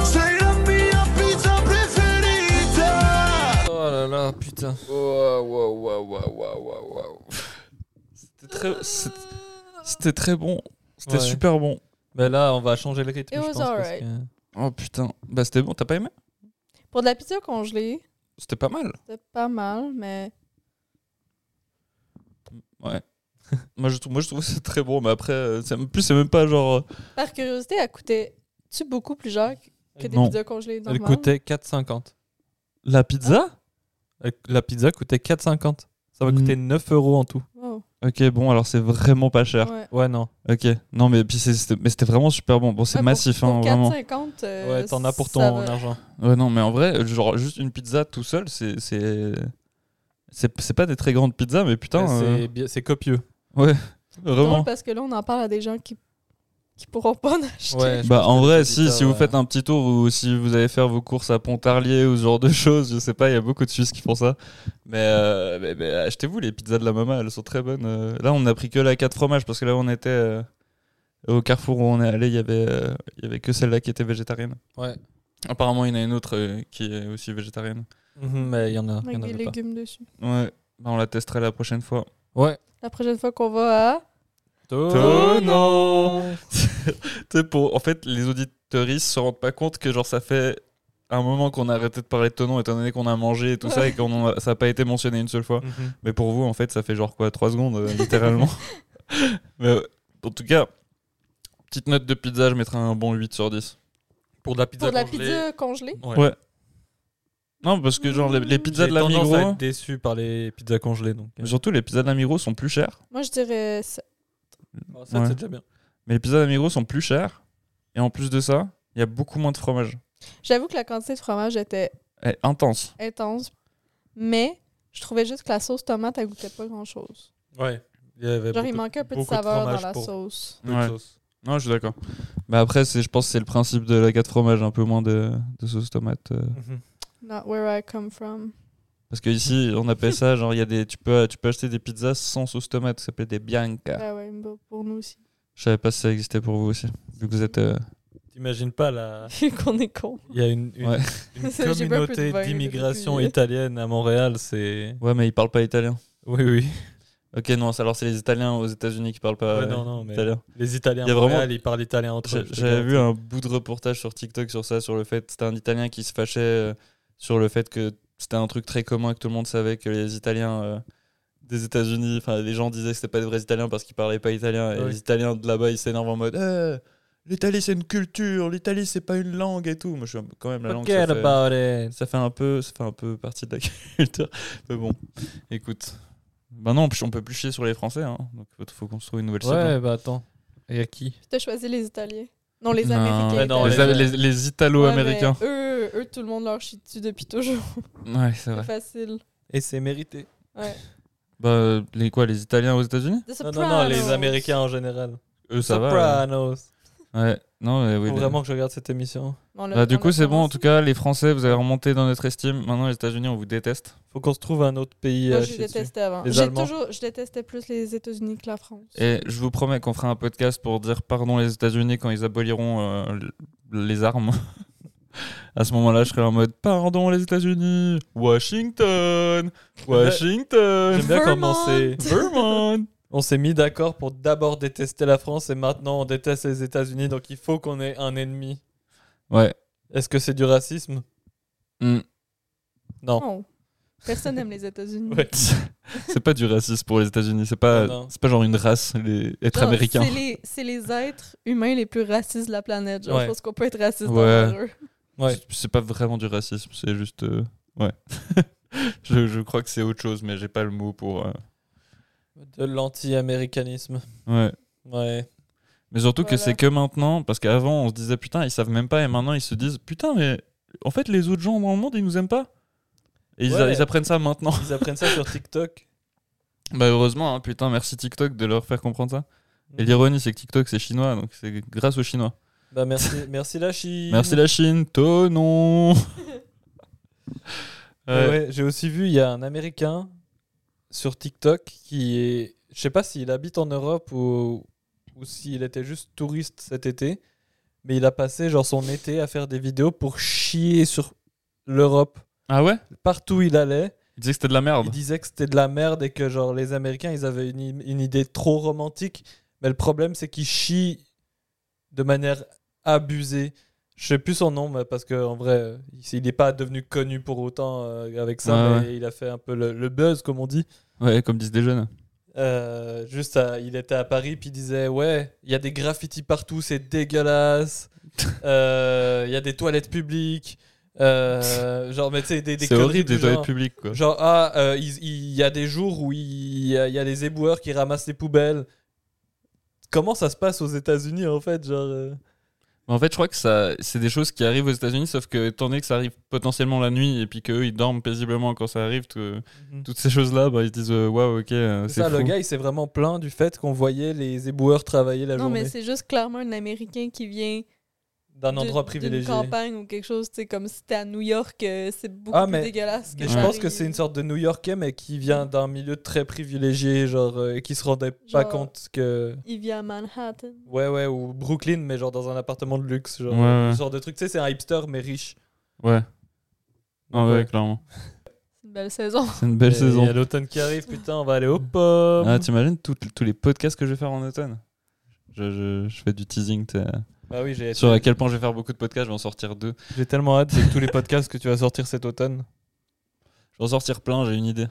Sei la mia pizza preferita.
Oh là là, putain.
C'était très, c'est- c'était très bon. C'était
Ouais.
super bon.
Mais Bah, là, on va changer le rythme. je
It was
pense, parce
alright.
que-
Oh putain. Bah c'était bon, t'as pas aimé
Pour de la pizza congelée,
C'était pas mal.
c'était pas mal, mais
Ouais. <laughs> moi, je trouve, moi je trouve que c'est très bon, mais après, euh, c'est- en plus c'est même pas genre. euh,
par curiosité, elle coûtait-tu beaucoup plus cher que des
Non.
pizzas congelées
Elle
normales?
coûtait 4,50.
La pizza
Euh, La pizza coûtait 4,50. Ça va
Mm.
coûter 9 euros en tout.
Wow.
Ok, bon, alors c'est vraiment pas cher.
Ouais.
Ouais, non.
Ok, non, mais puis c'est- c'était mais c'était vraiment super bon. Bon, c'est
Ouais,
massif,
pour,
hein,
pour
vraiment.
4,50, euh,
Ouais, t'en as pour ton
ça va.
argent.
Ouais, non, mais en vrai, genre juste une pizza tout seul, c'est. C'est c'est- c'est pas des très grandes pizzas, mais putain,
Mais
euh,
c'est bien- C'est
<laughs>
copieux.
vraiment.
Drôle parce que là, on en parle à des gens qui, qui pourront pas en acheter.
Ouais. je
Bah,
pense
en
que
vrai,
les
si,
auditeurs,
si vous
euh,
faites un petit tour ou si vous allez faire vos courses à Pontarlier ou ce genre de choses, je sais pas, il y a beaucoup de Suisses qui font ça. Mais, euh, mais- mais achetez-vous les pizzas de la maman, elles sont très bonnes. Euh, Là, on n'a pris que la 4 fromages parce que là, on était euh, au carrefour où on est allé, il y avait, euh, il y avait que celle-là qui était végétarienne.
Ouais.
Apparemment, il y en a une autre euh, qui est aussi végétarienne.
Mhm, Mais il y en a. il y
<laughs> Avec
en
des
avait pas.
légumes dessus.
Ouais, bah, on la testera la prochaine fois.
Ouais.
La prochaine fois qu'on va à.
Oh
Tonon Tu sais, pour... En fait, les auditeuristes se rendent pas compte que genre ça fait un moment qu'on a arrêté de parler de tonon étant donné qu'on a mangé et tout ça et qu'on en a- ça a pas été mentionné une seule fois.
Mhm.
Mais pour vous, en fait, ça fait genre quoi 3 secondes, euh, littéralement. Mais euh, en tout cas, petite note de pizza, je mettrai un bon 8 sur 10.
Pour de la pizza
Pour de la
congelée.
pizza congelée?
Ouais. Non, parce que genre les, les pizzas
J'ai
de la
tendance à
Migros,
être déçu par les pizzas congelées. Donc, euh,
mais surtout les pizzas de la Migros sont plus chères.
Moi, je dirais. ça-
Oh, ça,
Ouais.
c'est déjà bien.
Mais les pizzas de la Migros sont plus chères. Et en plus de ça, il y a beaucoup moins de fromage.
J'avoue que la quantité de fromage était
Eh, intense.
intense, mais je trouvais juste que la sauce tomate, elle goûtait pas grand-chose.
Ouais. Il y avait
Genre, il
beaucoup-
manquait un peu de
beaucoup de
saveur dans
fromage
la
pour-
sauce.
peu de
Ouais.
sauce.
Non, je suis d'accord. Mais après, c'est- je pense que c'est le principe de la 4 fromage, un peu moins de, de sauce tomate. euh.
Mhm.
Not where I come from.
Parce que ici, on appelle ça, genre, il y a des, tu, peux, tu peux acheter des pizzas sans sauce tomate, ça s'appelle des bianca.
Ah ouais, bah, pour nous aussi.
Je savais pas si ça existait pour vous aussi, vu que vous êtes... euh,
T'imagines pas la.
<laughs> Vu qu'on est con.
Il y a une, une,
Ouais.
<laughs>
une
J'ai bu un peu de
communauté
vin
d'immigration
depuis.
italienne à Montréal, c'est.
Ouais, mais ils parlent pas italien.
Oui, oui.
Ok, non, alors c'est les Italiens aux États-Unis qui parlent pas
Ouais,
euh,
non, non, mais
italien.
les Italiens
Il y a
à
vraiment-
Montréal, ils parlent italien entre
J'ai-
eux.
J'avais vu un bout de reportage sur TikTok sur ça, sur le fait c'était un Italien qui se fâchait euh, sur le fait que c'était un truc très commun que tout le monde savait que les Italiens euh, des États-Unis, enfin les gens disaient que c'était pas des vrais Italiens parce qu'ils parlaient pas italien et
Ah Oui.
les Italiens de là-bas ils s'énervent en mode Eh, l'Italie c'est une culture, l'Italie c'est pas une langue et tout. Moi je suis un- quand même la langue ça
Forget
fait,
about it.
ça fait un peu ça fait un peu partie de la <laughs> culture. Mais bon, écoute. Ben non, on peut plus chier sur les Français, hein. donc faut, faut qu'on se trouve une nouvelle cible.
Ouais, bah attends. Il y a qui
Puis t'as choisi les Italiens. Non, les
Non,
Américains.
Ouais, Ben non,
Italiens.
les, les- les Italo-Américains.
Ouais, mais eux, eux, tout le monde leur chie dessus depuis toujours.
Ouais, c'est vrai.
Facile.
Et c'est mérité.
Ouais.
Bah, euh, les quoi, les Italiens aux États-Unis
The
Non, non, non, les
Sopranos.
Américains en général.
Eux,
Sopranos.
va. Ouais, non, mais hein. oui.
Faut
les-
vraiment que je regarde cette émission.
Bon, on a-
Bah, du
on
coup,
a
c'est bon, en
commencé.
tout cas, les Français, vous avez remonté dans notre estime. Maintenant, les États-Unis, on vous déteste.
Faut qu'on se trouve un autre pays. euh,
Moi,
à
je
chier dessus.
détestais avant.
Les
J'ai
Allemands.
toujours, je détestais plus les États-Unis que la France.
Et je vous promets qu'on fera un podcast pour dire pardon les États-Unis quand ils aboliront euh, l- les armes. <laughs> à ce moment-là, je serai en mode pardon les États-Unis, <laughs> Washington, Washington,
J'aime bien
Vermont.
commencer.
Vermont.
On s'est mis d'accord pour d'abord détester la France et maintenant on déteste les États-Unis, donc il faut qu'on ait un ennemi.
Ouais.
Est-ce que c'est du racisme
Hmm.
Non.
Non. Personne n'aime les États-Unis.
Ouais.
C'est pas du racisme pour les États-Unis, c'est pas,
Non, non.
c'est pas genre une race, les- être
Non,
américain.
C'est les, c'est les êtres humains les plus racistes de la planète. Genre,
Ouais.
Je pense qu'on peut être raciste
Ouais.
envers eux.
Ouais.
C'est- C'est pas vraiment du racisme, c'est juste. euh, ouais. <laughs> je, je crois que c'est autre chose, mais j'ai pas le mot pour. euh,
De l'anti-américanisme.
Ouais.
Ouais.
Mais surtout que
Voilà.
c'est que maintenant, parce qu'avant on se disait putain, ils savent même pas, et maintenant ils se disent putain, mais en fait les autres gens dans le monde ils nous aiment pas. Et ils, a-
Ouais.
ils apprennent ça maintenant. <laughs>
Ils apprennent ça sur TikTok.
bah heureusement, hein, putain, merci TikTok de leur faire comprendre ça. Et l'ironie, c'est que TikTok c'est chinois, donc c'est grâce aux Chinois.
Bah merci, <laughs> merci la Chine.
Merci la
<laughs>
Chine, tonon Euh,
Ouais, ouais, J'ai aussi vu, il y a un Américain sur TikTok qui est. Je sais pas s'il habite en Europe ou, ou s'il était juste touriste cet été, mais il a passé genre son été à faire des vidéos pour chier sur l'Europe.
Ah ouais
Partout où il allait,
Ils disaient que c'était de la
il
merde.
disait que c'était de la merde et que genre les Américains ils avaient une, i- une idée trop romantique. Mais le problème c'est qu'ils chient de manière abusée. Je sais plus son nom mais parce que en vrai euh, il il n'est pas devenu connu pour autant euh, avec ça,
Ouais,
mais il a fait un peu le, le buzz comme on dit.
Ouais, comme disent des jeunes.
Euh, juste à- il était à Paris puis il disait ouais il y a des graffitis partout c'est
<laughs>
dégueulasse. Euh, Il y a des toilettes publiques. Euh, genre mais tu sais des, des
C'est
conneries
horrible
du
des toilettes
genre.
publiques quoi.
Genre, ah, euh, il il y a des jours où il y, a- il y a les éboueurs qui ramassent les poubelles. Comment ça se passe aux États-Unis en fait genre, euh,
Mais En fait, je crois que ça, c'est des choses qui arrivent aux États-Unis, sauf que étant donné que ça arrive potentiellement la nuit et puis qu'eux ils dorment paisiblement quand ça arrive, tout- toutes ces choses-là, bah, ils disent euh, waouh, ok, euh,
Mhm. C'est
c'est
ça,
fou.
le gars il s'est vraiment plaint du fait qu'on voyait les éboueurs travailler la
Non,
journée
mais c'est juste clairement un Américain qui vient
d'un
d'une-
endroit
d'une
privilégié.
campagne ou quelque chose. tu sais, Comme si t'es à New York, euh, c'est beaucoup
Ah,
plus
mais-
dégueulasse.
Mais
que
je
Paris.
pense que c'est une sorte de New Yorkais mais qui vient d'un milieu très privilégié genre, euh, et qui se rendait pas
Genre-
compte que.
Il vit à Manhattan.
Ouais, ouais, ou Brooklyn mais genre dans un appartement de luxe. Genre,
Ouais, ouais.
ce genre de truc, tu sais, c'est un hipster mais riche.
Ouais. Ah ouais,
Ouais.
clairement.
C'est une belle saison.
C'est une belle
Et Il y a
saison.
l'automne qui arrive, putain, on va aller au pub.
Ah, t'imagines tout- tous les podcasts que je vais faire en automne je, je- je fais du teasing t'es-
Bah oui, j'ai
sur à quel point je vais faire beaucoup de podcasts, je vais en sortir deux.
J'ai tellement hâte, c'est <laughs> que tous les podcasts que tu vas sortir cet automne.
Je vais en sortir plein, j'ai une idée.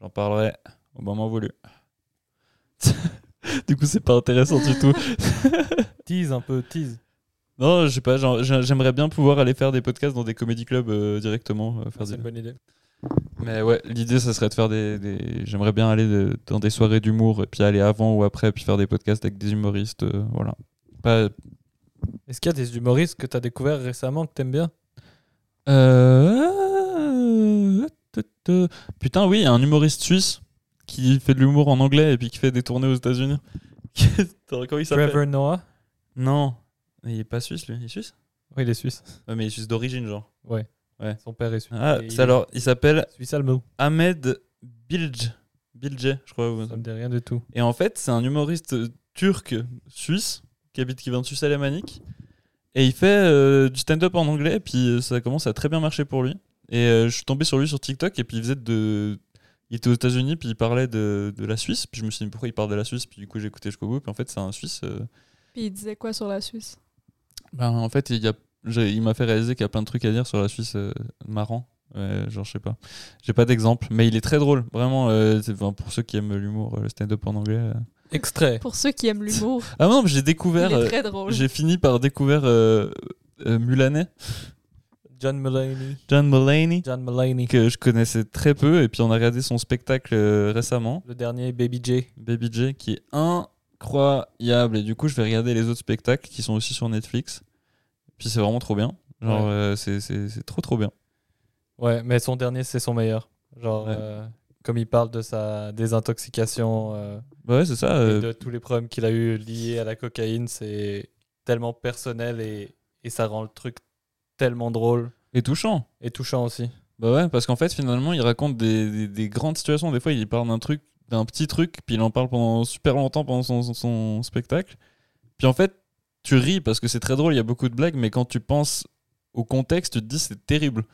J'en parlerai au moment voulu. <laughs> du coup, c'est pas intéressant du tout.
Tease un peu, tease.
Non, je sais pas, genre, j'a- j'aimerais bien pouvoir aller faire des podcasts dans des comédie clubs euh, directement. euh, faire
C'est
des-
une bonne idée.
Mais ouais, l'idée, ça serait de faire des. des- J'aimerais bien aller de- dans des soirées d'humour, et puis aller avant ou après, puis faire des podcasts avec des humoristes. euh, voilà. Pas.
Est-ce qu'il y a des humoristes que t'as découvert récemment que t'aimes bien
Euh, te- te- Putain, oui, il y a un humoriste suisse qui fait de l'humour en anglais et puis qui fait des tournées aux États-Unis. <laughs> Comment il s'appelle
Trevor Noah
Non, il est pas suisse, lui. Il est suisse
Oui, il est suisse.
Ouais, mais il est suisse d'origine, genre.
Son père est suisse.
Ah,
Et
c'est
il est
alors, il s'appelle
Suisse allemand.
Ahmed Bilge. Bilge, je crois.
Ça me dit rien du tout.
Et en fait, c'est un humoriste euh, turc suisse qui habite, qui vient de Suisse alémanique. Et il fait euh, du stand-up en anglais, puis euh, ça commence à très bien marcher pour lui. Et euh, je suis tombé sur lui sur TikTok, et puis il faisait de. Il était aux États-Unis, puis il parlait de, de la Suisse. Puis je me suis dit pourquoi il parle de la Suisse, puis du coup j'ai écouté jusqu'au bout. Puis en fait, c'est un Suisse. euh,
<laughs> Puis il disait quoi sur la Suisse
ben, en fait, il, y a, j'ai- il m'a fait réaliser qu'il y a plein de trucs à dire sur la Suisse euh, marrant. Ouais, genre, je sais pas. J'ai pas d'exemple, mais il est très drôle. Vraiment, euh, c'est- enfin, pour ceux qui aiment l'humour, euh, le stand-up en anglais. euh.
Extrait.
Pour ceux qui
<laughs>
aiment l'humour,
Ah non, mais j'ai
il
découvert.
est
euh,
très drôle.
j'ai fini par découvrir euh, euh, Mulaney,
John Mulaney.
John Mulaney,
John Mulaney.
que je connaissais très peu. Et puis, on a regardé son spectacle euh, récemment.
Le dernier, Baby J.
Baby J qui est incroyable. Et du coup, je vais regarder les autres spectacles qui sont aussi sur Netflix. Puis c'est vraiment trop bien. Genre,
Ouais.
euh, c'est, c'est- c'est trop trop bien.
Ouais, mais son dernier, c'est son meilleur. Genre,
Ouais.
euh, comme il parle de sa désintoxication euh,
Bah ouais, c'est ça.
et
euh,
de tous les problèmes qu'il a eu liés à la cocaïne, c'est tellement personnel et, et ça rend le truc tellement drôle
et touchant.
et touchant aussi.
Bah ouais, parce qu'en fait, finalement, il raconte des, des- des grandes situations. Des fois, il parle d'un truc, d'un petit truc, puis il en parle pendant super longtemps pendant son, son- son spectacle. Puis en fait, tu ris parce que c'est très drôle, il y a beaucoup de blagues, mais quand tu penses au contexte, tu te dis c'est terrible.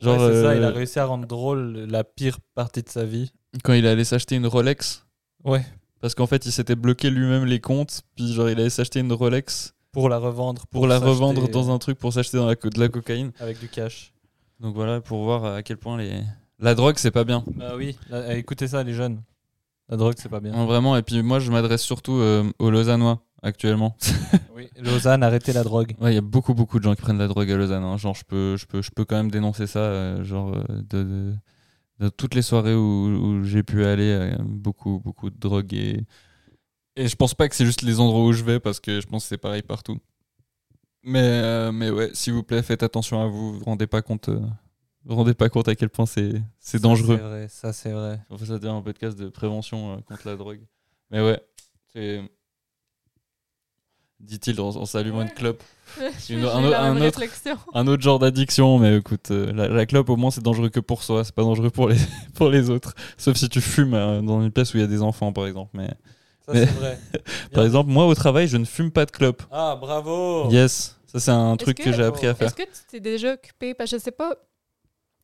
Genre,
Genre, c'est ça, il a
euh,
réussi à rendre drôle la pire partie de sa vie.
quand il allait s'acheter une Rolex.
Ouais.
Parce qu'en fait, il s'était bloqué lui-même les comptes, puis genre, il allait s'acheter une Rolex
Pour la revendre.
pour, la
s'acheter euh,
revendre dans un truc pour s'acheter dans la co- de la cocaïne.
Avec du cash.
Donc voilà, pour voir à quel point les... la drogue, c'est pas bien.
Bah oui, la- écoutez ça, les jeunes. La drogue, c'est pas bien.
Non, vraiment, et puis moi je m'adresse surtout euh, aux Lausannois actuellement. <laughs>
Oui, Lausanne, arrêtez la drogue.
Ouais, Il y a beaucoup beaucoup de gens qui prennent de la drogue à Lausanne. hein. Genre je peux, je, peux, je peux quand même dénoncer ça. euh, genre euh, de, de- de toutes les soirées où, où j'ai pu aller, euh, beaucoup beaucoup de drogue. Et, et je pense pas que c'est juste les endroits où je vais parce que je pense que c'est pareil partout. Mais, euh, mais ouais, s'il vous plaît, faites attention à vous. Vous vous rendez pas compte, euh, vous rendez pas compte à quel point c'est c'est dangereux.
C'est vrai, ça c'est vrai.
On fait ça devient un podcast de prévention euh, contre la drogue. Mais ouais, c'est. Dit-il en, en s'allumant une clope.
<laughs> J'ai
une-
eu
un
la
au-
même
un autre-
réflexion.
Un autre genre d'addiction, mais écoute, euh, la, la clope au moins c'est dangereux que pour soi, c'est pas dangereux pour les, <laughs> pour les autres. Sauf si tu fumes euh, dans une pièce où il y a des enfants par exemple. Mais
Ça
Mais-
c'est vrai.
par exemple, moi au travail je ne fume pas de clope.
Ah,
<laughs>
bravo
Yes, ça c'est un truc que,
que-
j'ai appris à <laughs> faire.
Est-ce que tu t'es déjà occupé, parce que je sais pas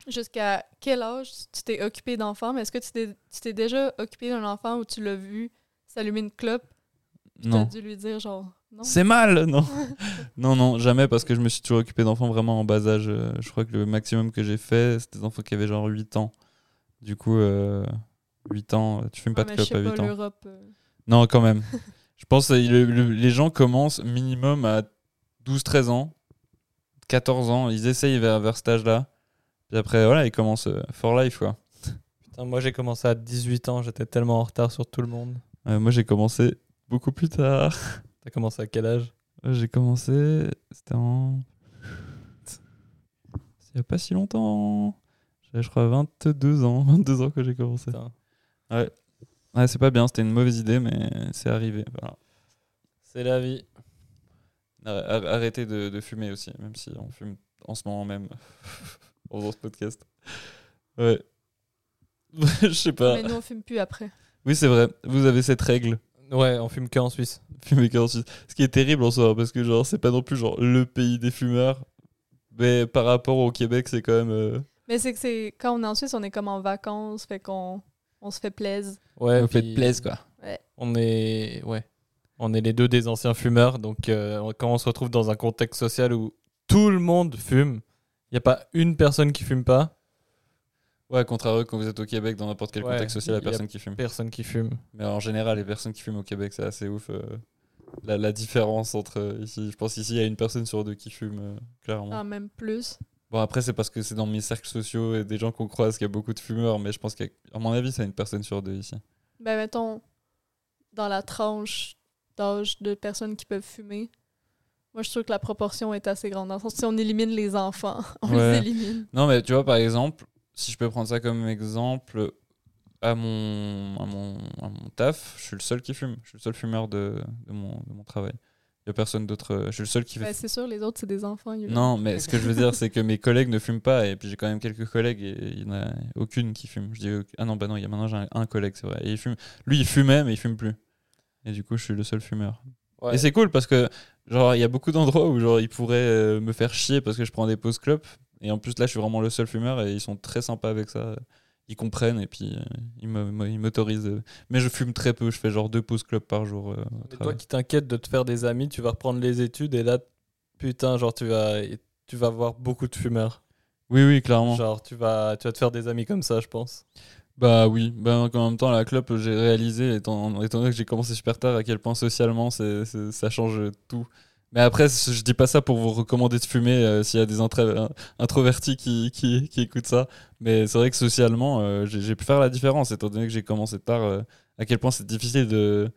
jusqu'à quel âge tu t'es occupé d'enfants, mais est-ce que tu t'es tu t'es déjà occupé d'un enfant où tu l'as vu s'allumer une clope, tu as
Non.
dû lui dire genre non?
C'est mal,
<laughs>
non Non, non, jamais, parce que je me suis toujours occupé d'enfants vraiment en bas âge. Euh, Je crois que le maximum que j'ai fait, c'était des enfants qui avaient genre 8 ans. Du coup, euh, 8 ans, euh, tu fumes pas
Ouais,
de
Ah, mais je
clope
sais
à 8
pas,
ans.
l'Europe. euh,
Non, quand
<laughs>
même. je pense que le- le- les gens commencent minimum à 12-13 ans, 14 ans, ils essayent vers, vers cet âge-là. Puis après, voilà, ils commencent euh, for life, quoi.
Putain, moi j'ai commencé à 18 ans, j'étais tellement en retard sur tout le monde.
Euh, moi, j'ai commencé beaucoup plus tard.
T'as commencé à quel âge
J'ai commencé, c'était en. Il n'y a pas si longtemps. J'avais, je crois, 22 ans. <laughs> 22 ans que j'ai commencé.
Putain.
Ouais. Ouais, c'est pas bien, c'était une mauvaise idée, mais c'est arrivé. Voilà.
C'est la vie.
Arr- arr- Arrêtez de, de fumer aussi, même si on fume en ce moment même. <laughs> en faisant ce podcast. Ouais. <laughs> je sais pas.
Mais nous, on fume plus après.
Oui, c'est vrai. Vous avez cette règle.
Ouais, on fume que en Suisse.
fumer que en Suisse. Ce qui est terrible en soi, parce que genre c'est pas non plus genre le pays des fumeurs, mais par rapport au Québec, c'est quand même. euh,
Mais c'est que c'est quand on est en Suisse, on est comme en vacances, fait qu'on on se fait plaisir.
Ouais,
fait
puis-
plaisir, quoi.
On est, ouais, on est les deux des anciens fumeurs. Donc, euh, on- quand on se retrouve dans un contexte social où tout le monde fume, il n'y a pas une personne qui fume pas,
Ouais, contrairement quand vous êtes au Québec, dans n'importe quel
Ouais,
contexte social, la
y a-
personne qui fume.
personne qui fume.
Mais en général, les personnes qui fument au Québec, c'est assez ouf. euh. la, la différence entre euh, ici. Je pense qu'ici, il y a une personne sur deux qui fume, euh, clairement.
Ah, même plus.
Bon, après, c'est parce que c'est dans mes cercles sociaux et des gens qu'on croise qu'il y a beaucoup de fumeurs, mais je pense qu'à à mon avis, c'est une personne sur deux ici.
Ben, mettons, dans la tranche d'âge de personnes qui peuvent fumer, moi, je suis sûre que la proportion est assez grande. Dans le sens, si on élimine les enfants, <laughs> on
Ouais.
les élimine.
Non, mais tu vois, par exemple, si je peux prendre ça comme exemple, à mon, à mon, à mon taf, je suis le seul qui fume. Je suis le seul fumeur de, de mon, de mon travail. Il n'y a personne d'autre. euh, Je suis le seul qui fait
Ben, c'est sûr, les autres, c'est des enfants. ils-
Non, mais ce que je veux dire, c'est que mes collègues ne fument pas. Et puis j'ai quand même quelques collègues et il n'y en a aucune qui fume. Je dis, auc- ah non, bah non, il y a maintenant j'ai un- un collègue, c'est vrai. Et il fume. Lui, il fumait, mais il fume plus. Et du coup, je suis le seul fumeur.
Ouais.
Et c'est cool parce que, genre, il y a beaucoup d'endroits où, genre, ils pourraient euh, me faire chier parce que je prends des pauses clopes. Et en plus, là, je suis vraiment le seul fumeur et ils sont très sympas avec ça. Ils comprennent et puis euh, ils me- me- ils m'autorisent. euh. Mais je fume très peu. Je fais genre deux pauses clopes par jour. euh, au
Mais toi
travail.
qui t'inquiète de te faire des amis, tu vas reprendre les études et là, putain, genre tu vas, tu vas voir beaucoup de fumeurs.
Oui, oui, clairement.
Genre tu vas, tu vas te faire des amis comme ça, je pense.
Bah oui, bah en même temps la clope j'ai réalisé étant, étant donné que j'ai commencé super tard à quel point socialement c'est- c'est- ça change tout. Mais après c- je dis pas ça pour vous recommander de fumer euh, s'il y a des intra- introvertis qui, qui, qui écoutent ça. Mais c'est vrai que socialement euh, j'ai j'ai pu faire la différence étant donné que j'ai commencé tard euh, à quel point c'est difficile de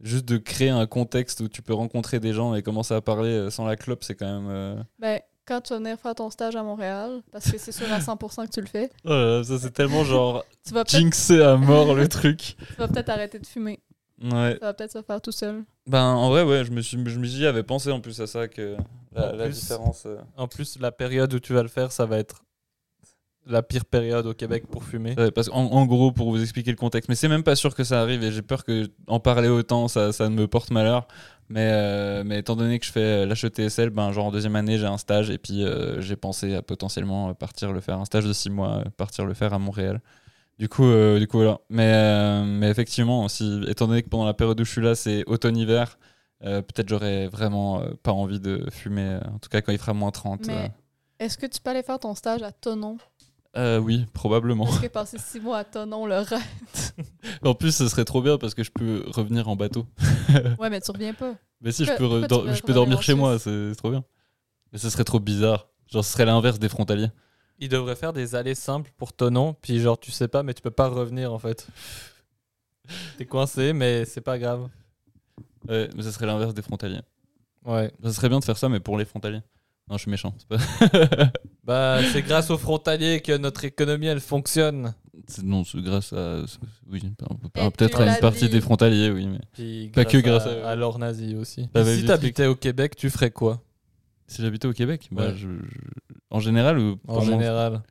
juste de créer un contexte où tu peux rencontrer des gens et commencer à parler euh, sans la clope c'est quand même... euh,
Ben, quand tu vas venir faire ton stage à Montréal, parce que c'est sûr à 100% que tu le fais,
oh là là, ça c'est tellement <laughs> genre
tu vas peut-être
jinxé à mort le truc.
tu vas peut-être arrêter de fumer.
Ouais.
Ça va peut-être se faire tout seul.
Ben en vrai ouais, je me suis je me suis dit, j'avais pensé en plus à ça que la,
En
la
plus.
différence euh,
En plus, la période où tu vas le faire, ça va être la pire période au Québec pour fumer.
ouais, parce qu'en en gros pour vous expliquer le contexte, mais c'est même pas sûr que ça arrive et j'ai peur que en parler autant ça, ça ne me porte malheur. Mais euh, mais étant donné que je fais euh, l'HETSL, ben genre en deuxième année, j'ai un stage et puis euh, j'ai pensé à potentiellement euh, partir le faire un stage de six mois, euh, partir le faire à Montréal. Du coup, euh, du coup voilà. Mais, euh, mais effectivement, si, étant donné que pendant la période où je suis là, c'est automne-hiver, euh, peut-être j'aurais vraiment euh, pas envie de fumer, euh, en tout cas quand il fera moins 30. euh.
Mais est-ce que tu peux aller faire ton stage à Tonon?
Euh, oui, probablement. <laughs>
Parce que passer six mois à Tonon, le rêve.
En plus, ce serait trop bien parce que je peux revenir en bateau.
Ouais, mais tu reviens pas.
Mais si, je
Pourquoi-
peux, re-
pourquoi tu
dor-
veux
je peux
revenir
dormir
en
chez moi,
Suisse
c'est c'est trop bien. Mais ce serait trop bizarre. Genre, ce serait l'inverse des frontaliers.
Il devrait faire des allées simples pour ton nom, puis genre tu sais pas, mais tu peux pas revenir en fait. <laughs> T'es coincé, mais c'est pas grave.
Ouais, mais ce serait l'inverse des frontaliers.
Ouais.
Ce serait bien de faire ça, mais pour les frontaliers. Non, je suis méchant. c'est pas- <laughs>
Bah, c'est grâce aux frontaliers que notre économie elle fonctionne.
c'est- Non, c'est grâce à. c'est- Oui, pardon,
Et
peut-être
tu
à une
l'as
partie
dit.
des frontaliers, oui. Mais...
Puis
Pas Bah, que grâce
à,
à- Bah,
à l'or nazi aussi.
T'avais
si
dit-
t'habitais au Québec, tu ferais quoi
Si j'habitais au Québec, bah,
Ouais.
je- je- en général ou
en
pour mon-
général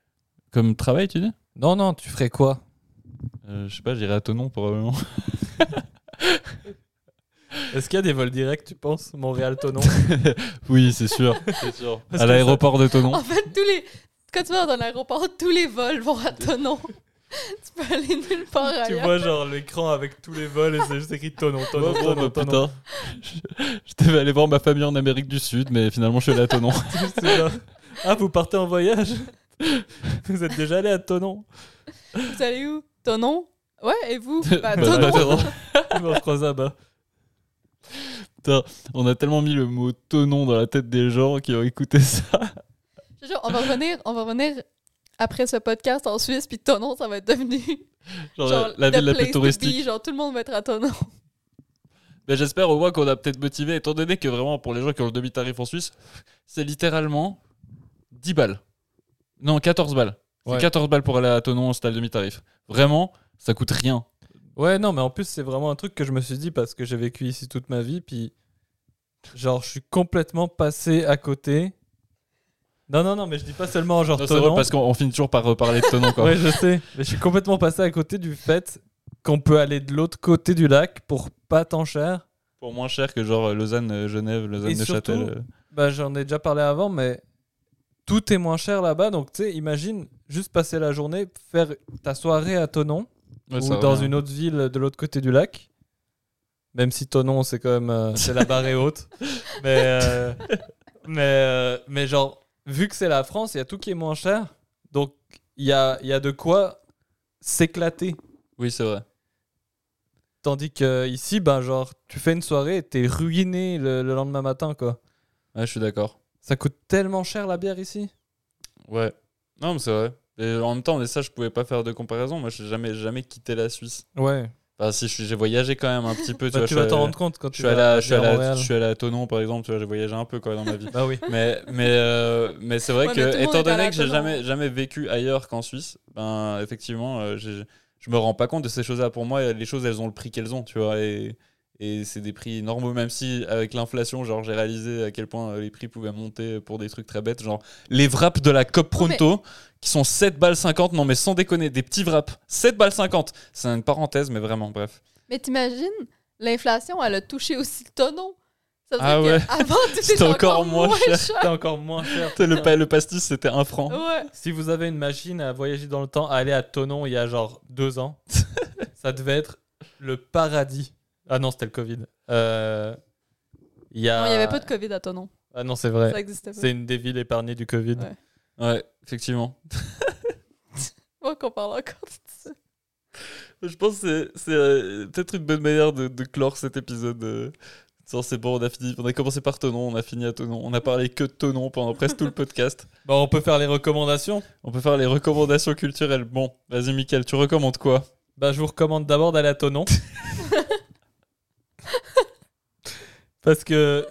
Comme travail, tu dis
Non, non, tu ferais quoi
Euh, Je sais pas, j'irais à Tonon probablement.
Est-ce qu'il y a des vols directs, tu penses Montréal, Tonon
<laughs> oui, <laughs> c'est sûr. Oh,
C'est sûr.
<laughs> à l'aéroport de Tonon.
En fait, tous les. Quand tu vas dans l'aéroport, tous les vols vont à Tonon. <laughs> tu peux aller nulle part
Tu
ailleurs.
vois genre l'écran avec tous les vols et c'est juste écrit Tonon, Tonon,
Oh,
Tonon,
bah,
Tonon.
putain. <laughs> Je devais aller voir ma famille en Amérique du Sud, mais finalement, je suis là à Tonon.
Juste, c'est genre, Ah, vous partez en voyage Vous êtes déjà allé à Tonon
Vous allez où Tonon Ouais,
<laughs>
et vous
Bah,
Bah, Tonon.
Tonon. <laughs>
On va se croiser là-bas.
On a tellement mis le mot Tonon dans la tête des gens qui ont écouté ça.
Je te jure, on va revenir, on va revenir après ce podcast en Suisse, puis Tonon, ça va être devenu <laughs>
Genre,
genre,
la
the
ville la
place
plus
to
touristique.
be, genre, tout le monde va être à Tonon. <laughs>
Mais J'espère au moins qu'on a peut-être motivé, étant donné que vraiment, pour les gens qui ont le demi-tarif en Suisse, c'est littéralement 10 balles. Non, 14 balles. C'est
Ouais.
14 balles pour aller à Tonon, c'est le demi-tarif. Vraiment, ça coûte rien.
Ouais, non, mais en plus, c'est vraiment un truc que je me suis dit parce que j'ai vécu ici toute ma vie, puis genre, je suis complètement passé à côté. Non, non, non, mais je dis pas seulement genre
Non, C'est
Tonon.
drôle parce qu'on on finit toujours par reparler de Tonon. Quoi.
<laughs> Ouais, je sais, mais je suis complètement passé à côté du fait qu'on peut aller de l'autre côté du lac pour pas tant cher.
Pour moins cher que genre Lausanne, euh, Genève, Lausanne,
Et
Neuchâtel.
surtout,
euh.
Bah, j'en ai déjà parlé avant, mais tout est moins cher là-bas. Donc, tu sais, imagine juste passer la journée, faire ta soirée à Tonon
Ouais, ça
ou dans
revient.
une autre ville de l'autre côté du lac. Même si Tonon, c'est quand même.
<laughs>
euh, c'est la barre est haute. Mais, euh, mais, euh, mais genre, vu que c'est la France, il y a tout qui est moins cher. Donc, il y a, il y a de quoi s'éclater.
Oui, c'est vrai.
Tandis que ici, ben, genre, tu fais une soirée et t'es ruiné le, le lendemain matin, quoi.
Ouais, je suis d'accord.
Ça coûte tellement cher la bière ici.
Ouais. Non, mais c'est vrai. Et en même temps, et ça, je pouvais pas faire de comparaison. Moi, j'ai jamais, jamais quitté la Suisse.
Ouais.
Enfin, si, je suis- j'ai voyagé quand même un petit peu.
Bah,
vois,
tu
je suis
vas t'en
allé-
rendre compte quand
Je
tu
suis,
vas
allé à, je, suis allé à-
Montréal.
je suis allé à Thonon, par exemple, tu vois, j'ai voyagé un peu quoi, dans ma vie.
Bah
<laughs>
oui.
mais mais, euh, mais c'est vrai
Ouais, mais tout
que,
le monde
étant
est allé
donné
à
que j'ai
Thonon.
jamais, jamais vécu ailleurs qu'en Suisse, ben, effectivement, euh, j'ai- je me rends pas compte de ces choses-là. Pour moi, les choses, elles ont le prix qu'elles ont, tu vois. Et, et c'est des prix normaux, même si avec l'inflation, genre, j'ai réalisé à quel point euh, les prix pouvaient monter pour des trucs très bêtes, genre les wraps de la COP
Non, mais-
Pronto. Qui sont 7 balles 50, non mais sans déconner, des petits wraps, 7 balles 50, c'est une parenthèse, mais vraiment, bref.
<laughs> Mais t'imagines, l'inflation, elle a touché aussi le tonneau. Ça veut
Ah
dire
ouais.
que avant, tout
C'était
était
encore moins cher.
C'est encore moins cher.
Putain, Le, pa- le pastis, c'était un franc.
Ouais.
Si vous avez une machine à voyager dans le temps, à aller à Tonon il y a genre deux ans, ça devait être le paradis. Ah non, c'était le Covid. Euh, il y a...
Non, il n'y avait pas de COVID à Tonon.
Ah non, c'est vrai.
Ça existait pas.
C'est une des villes épargnées du Covid.
Ouais.
Ouais, effectivement.
Moi qu'on parle encore de ça.
Je pense que c'est- c'est euh, peut-être une bonne manière de, de clore cet épisode. euh. Genre, c'est bon, on a fini. On a commencé par Tonon, on a fini à Tonon. On a parlé que de Tonon pendant presque tout le podcast.
Bon, on peut faire les recommandations.
On peut faire les recommandations culturelles. Bon, vas-y, Mickaël, tu recommandes quoi
Bah, je vous recommande d'abord d'aller à <laughs> Tonon. Parce que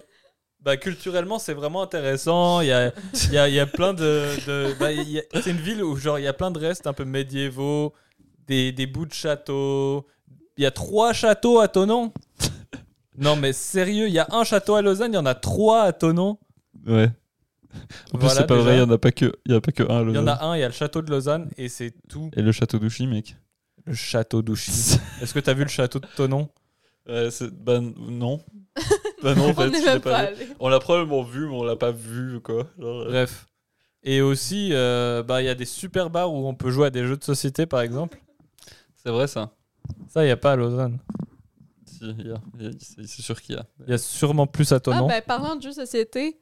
bah, culturellement, c'est vraiment intéressant. Il y a, il y a- il y a plein de. de- bah, il y a- c'est une ville où genre, il y a plein de restes un peu médiévaux, des, des bouts de châteaux. Il y a trois châteaux à Tonon. <laughs> Non, mais sérieux, il y a un château à Lausanne, il y en a trois à Tonon.
Ouais. En plus,
Voilà,
c'est pas
déjà.
vrai, il n'y en a pas que, il y en a pas que un. Le
Il y en a un, il y a le château de Lausanne et c'est tout.
Et le château d'Ouchy, mec.
Le château d'Ouchy. Est-ce que t'as vu le château de Tonon
Ouais, c'est- bah <laughs> non. bah non, en
On
fait,
n'est
je l'ai
même
pas
pas
vu.
allé.
On l'a probablement vu, mais on l'a pas vu, quoi. Genre, euh,
Bref. Et aussi, euh, bah, il y a des super bars où on peut jouer à des jeux de société, par exemple.
C'est vrai, ça.
Ça, il n'y a pas à Lausanne.
Si, il y a- il y a- C'est c'est sûr qu'il y a.
Il y a sûrement plus à
Ah,
Tonon.
ben, parlant de jeux de société,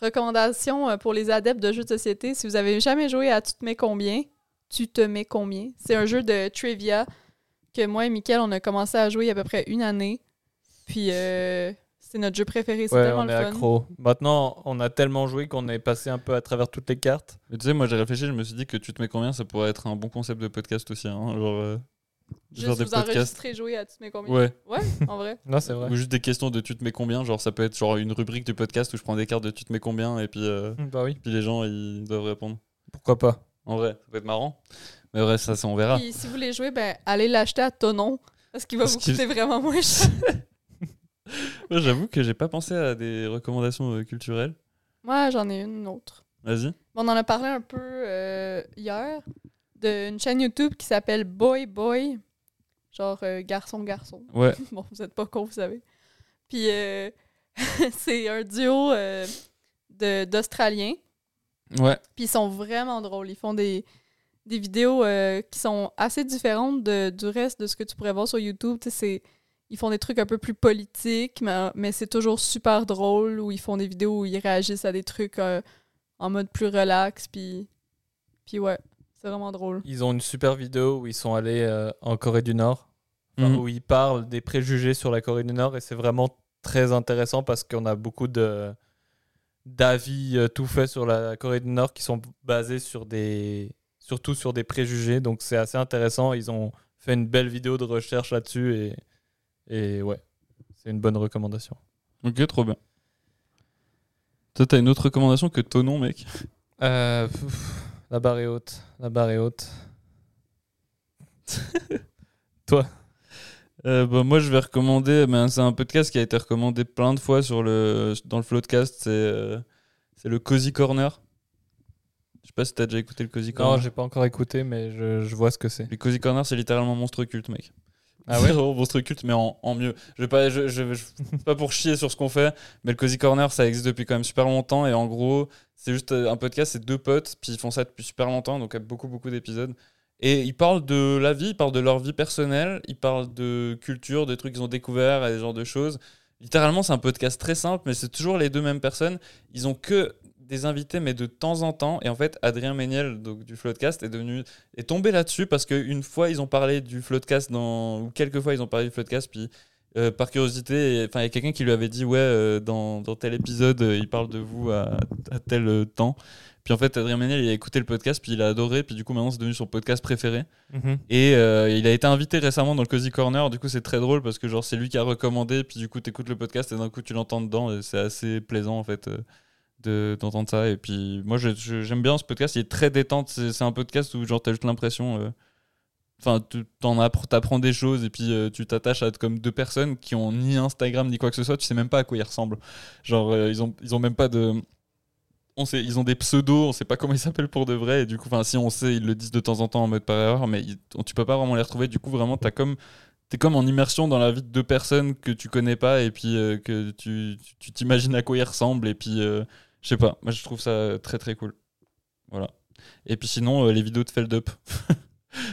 recommandation euh, pour les adeptes de jeux de société. Si vous avez jamais joué à Tu te mets combien, tu te mets combien. C'est un jeu de trivia que moi et Mickaël, on a commencé à jouer il y a à peu près une année. Puis euh, c'est notre jeu préféré. C'est
ouais,
tellement
on
le
est
fun.
accro. Maintenant, on a tellement joué qu'on est passé un peu à travers toutes les cartes.
Mais tu sais, moi j'ai réfléchi, je me suis dit que tu te mets combien, ça pourrait être un bon concept de podcast aussi. Hein, genre, euh, genre
Juste
des
vous
podcasts.
enregistrer jouer à Tu te mets combien.
Ouais,
Ouais, en vrai.
Non, c'est vrai.
ou juste des questions de tu te mets combien, genre ça peut être genre une rubrique du podcast où je prends des cartes de tu te mets combien et puis, euh,
Bah oui.
puis les gens ils doivent répondre.
Pourquoi pas
En vrai, ça peut être marrant. Mais vrai, ça, ça, on verra.
Puis si vous voulez jouer, ben, allez l'acheter à ton nom. Parce qu'il
Ah.
va
Parce
vous
qu'il-
coûter vraiment moins cher.
Moi, J'avoue que j'ai pas pensé à des recommandations euh, culturelles.
Moi, j'en ai une autre.
Vas-y.
On en a parlé un peu euh, hier d'une chaîne YouTube qui s'appelle Boy Boy, genre euh, garçon garçon.
Ouais.
<laughs> bon, vous êtes pas con, vous savez. Puis euh, <laughs> c'est un duo euh, de- d'Australiens.
Ouais.
Puis ils sont vraiment drôles. Ils font des, des vidéos euh, qui sont assez différentes de- du reste de ce que tu pourrais voir sur YouTube. Tu sais, c'est- ils font des trucs un peu plus politiques, mais, mais c'est toujours super drôle. Ou ils font des vidéos où ils réagissent à des trucs euh, en mode plus relax. Puis, puis ouais, c'est vraiment drôle.
Ils ont une super vidéo où ils sont allés euh, en Corée du Nord, enfin,
Mhm.
où ils parlent des préjugés sur la Corée du Nord et c'est vraiment très intéressant parce qu'on a beaucoup de d'avis euh, tout faits sur la Corée du Nord qui sont basés sur des surtout sur des préjugés donc c'est assez intéressant ils ont fait une belle vidéo de recherche là-dessus et et ouais c'est une bonne recommandation
Ok, trop bien. Toi, t'as une autre recommandation que ton nom, mec.
Euh, pff, la barre est haute la barre est haute
Euh, bah, moi, je vais recommander. ben, c'est un podcast qui a été recommandé plein de fois sur le, dans le Floatcast. C'est euh, c'est le Cozy Corner. Je sais pas si t'as déjà écouté le Cozy
non
Corner.
j'ai pas encore écouté mais je, je vois ce que c'est
le Cozy Corner, c'est littéralement monstre culte, mec.
Ah ouais
<laughs> C'est vraiment monstre culte, mais en, en mieux. Je vais pas, je, je- je- c'est pas pour chier sur ce qu'on fait, mais le Cozy Corner, ça existe depuis quand même super longtemps. Et en gros, c'est juste euh, un podcast, c'est deux potes, puis ils font ça depuis super longtemps, donc il y a beaucoup, beaucoup d'épisodes. Et ils parlent de la vie, ils parlent de leur vie personnelle, ils parlent de culture, des trucs qu'ils ont découvert, et ce genre de choses. Littéralement, c'est un podcast très simple, mais c'est toujours les deux mêmes personnes. Ils ont que des invités, mais de temps en temps. Et en fait, Adrien Méniel, donc du Floodcast, est devenu est tombé là-dessus parce qu'une fois ils ont parlé du Floodcast dans ou quelques fois ils ont parlé du Floodcast, puis euh, par curiosité, et- enfin il y a quelqu'un qui lui avait dit ouais euh, dans, dans tel épisode euh, il parle de vous à, à tel euh, temps. Puis en fait, Adrien Méniel, il a écouté le podcast, puis il a adoré, puis du coup, maintenant, c'est devenu son podcast préféré.
Mhm.
Et euh, il a été invité récemment dans le Cozy Corner, du coup c'est très drôle parce que genre c'est lui qui a recommandé, puis du coup t'écoutes le podcast et d'un coup tu l'entends dedans, et c'est assez plaisant en fait euh, de- d'entendre ça. Et puis moi je- je- j'aime bien ce podcast, il est très détente, c'est c'est un podcast où genre t'as juste l'impression, euh, enfin tu- t'en appr- t'apprends des choses et puis euh, tu t'attaches à comme deux personnes qui ont ni Instagram ni quoi que ce soit, tu sais même pas à quoi ils ressemblent. Genre euh, ils, ont, ils ont même pas de... On sait, ils ont des pseudos, on sait pas comment ils s'appellent pour de vrai. Et du coup, enfin, si on sait, ils le disent de temps en temps en mode par erreur, mais ils- on- tu peux pas vraiment les retrouver. Du coup, vraiment, t'as comme t'es comme en immersion dans la vie de deux personnes que tu connais pas et puis euh, que tu tu- tu t'imagines à quoi ils ressemblent et puis euh, je sais pas. Moi, je trouve ça très très cool. Voilà. Et puis sinon, euh, les vidéos de Feldup. <laughs>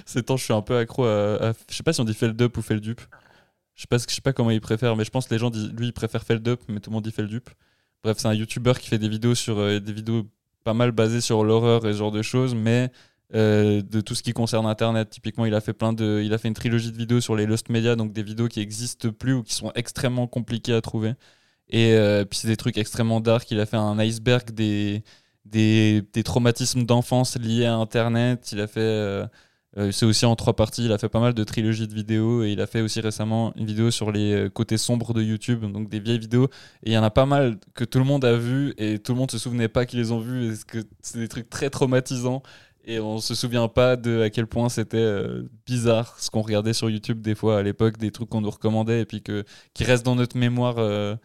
Ces temps, je suis un peu accro à, à- je sais pas si on dit Feldup ou Feldup. Je sais pas ce que- je sais pas comment ils préfèrent, mais je pense que les gens disent lui il préfère Feldup, mais tout le monde dit Feldup. Bref, c'est un YouTuber qui fait des vidéos sur euh, des vidéos pas mal basées sur l'horreur et ce genre de choses, mais euh, de tout ce qui concerne Internet. Typiquement, il a fait plein de, il a fait une trilogie de vidéos sur les Lost Media, donc des vidéos qui existent plus ou qui sont extrêmement compliquées à trouver. Et euh, puis c'est des trucs extrêmement dark. Il a fait un iceberg des des, des traumatismes d'enfance liés à Internet. Il a fait euh, euh, c'est aussi en trois parties. Il a fait pas mal de trilogies de vidéos et il a fait aussi récemment une vidéo sur les euh, côtés sombres de YouTube, donc des vieilles vidéos et il y en a pas mal que tout le monde a vu et tout le monde se souvenait pas qu'ils les ont vus. Est-ce que c'est des trucs très traumatisants et on se souvient pas de à quel point c'était euh, bizarre ce qu'on regardait sur YouTube des fois à l'époque, des trucs qu'on nous recommandait et puis que qui restent dans notre mémoire. euh,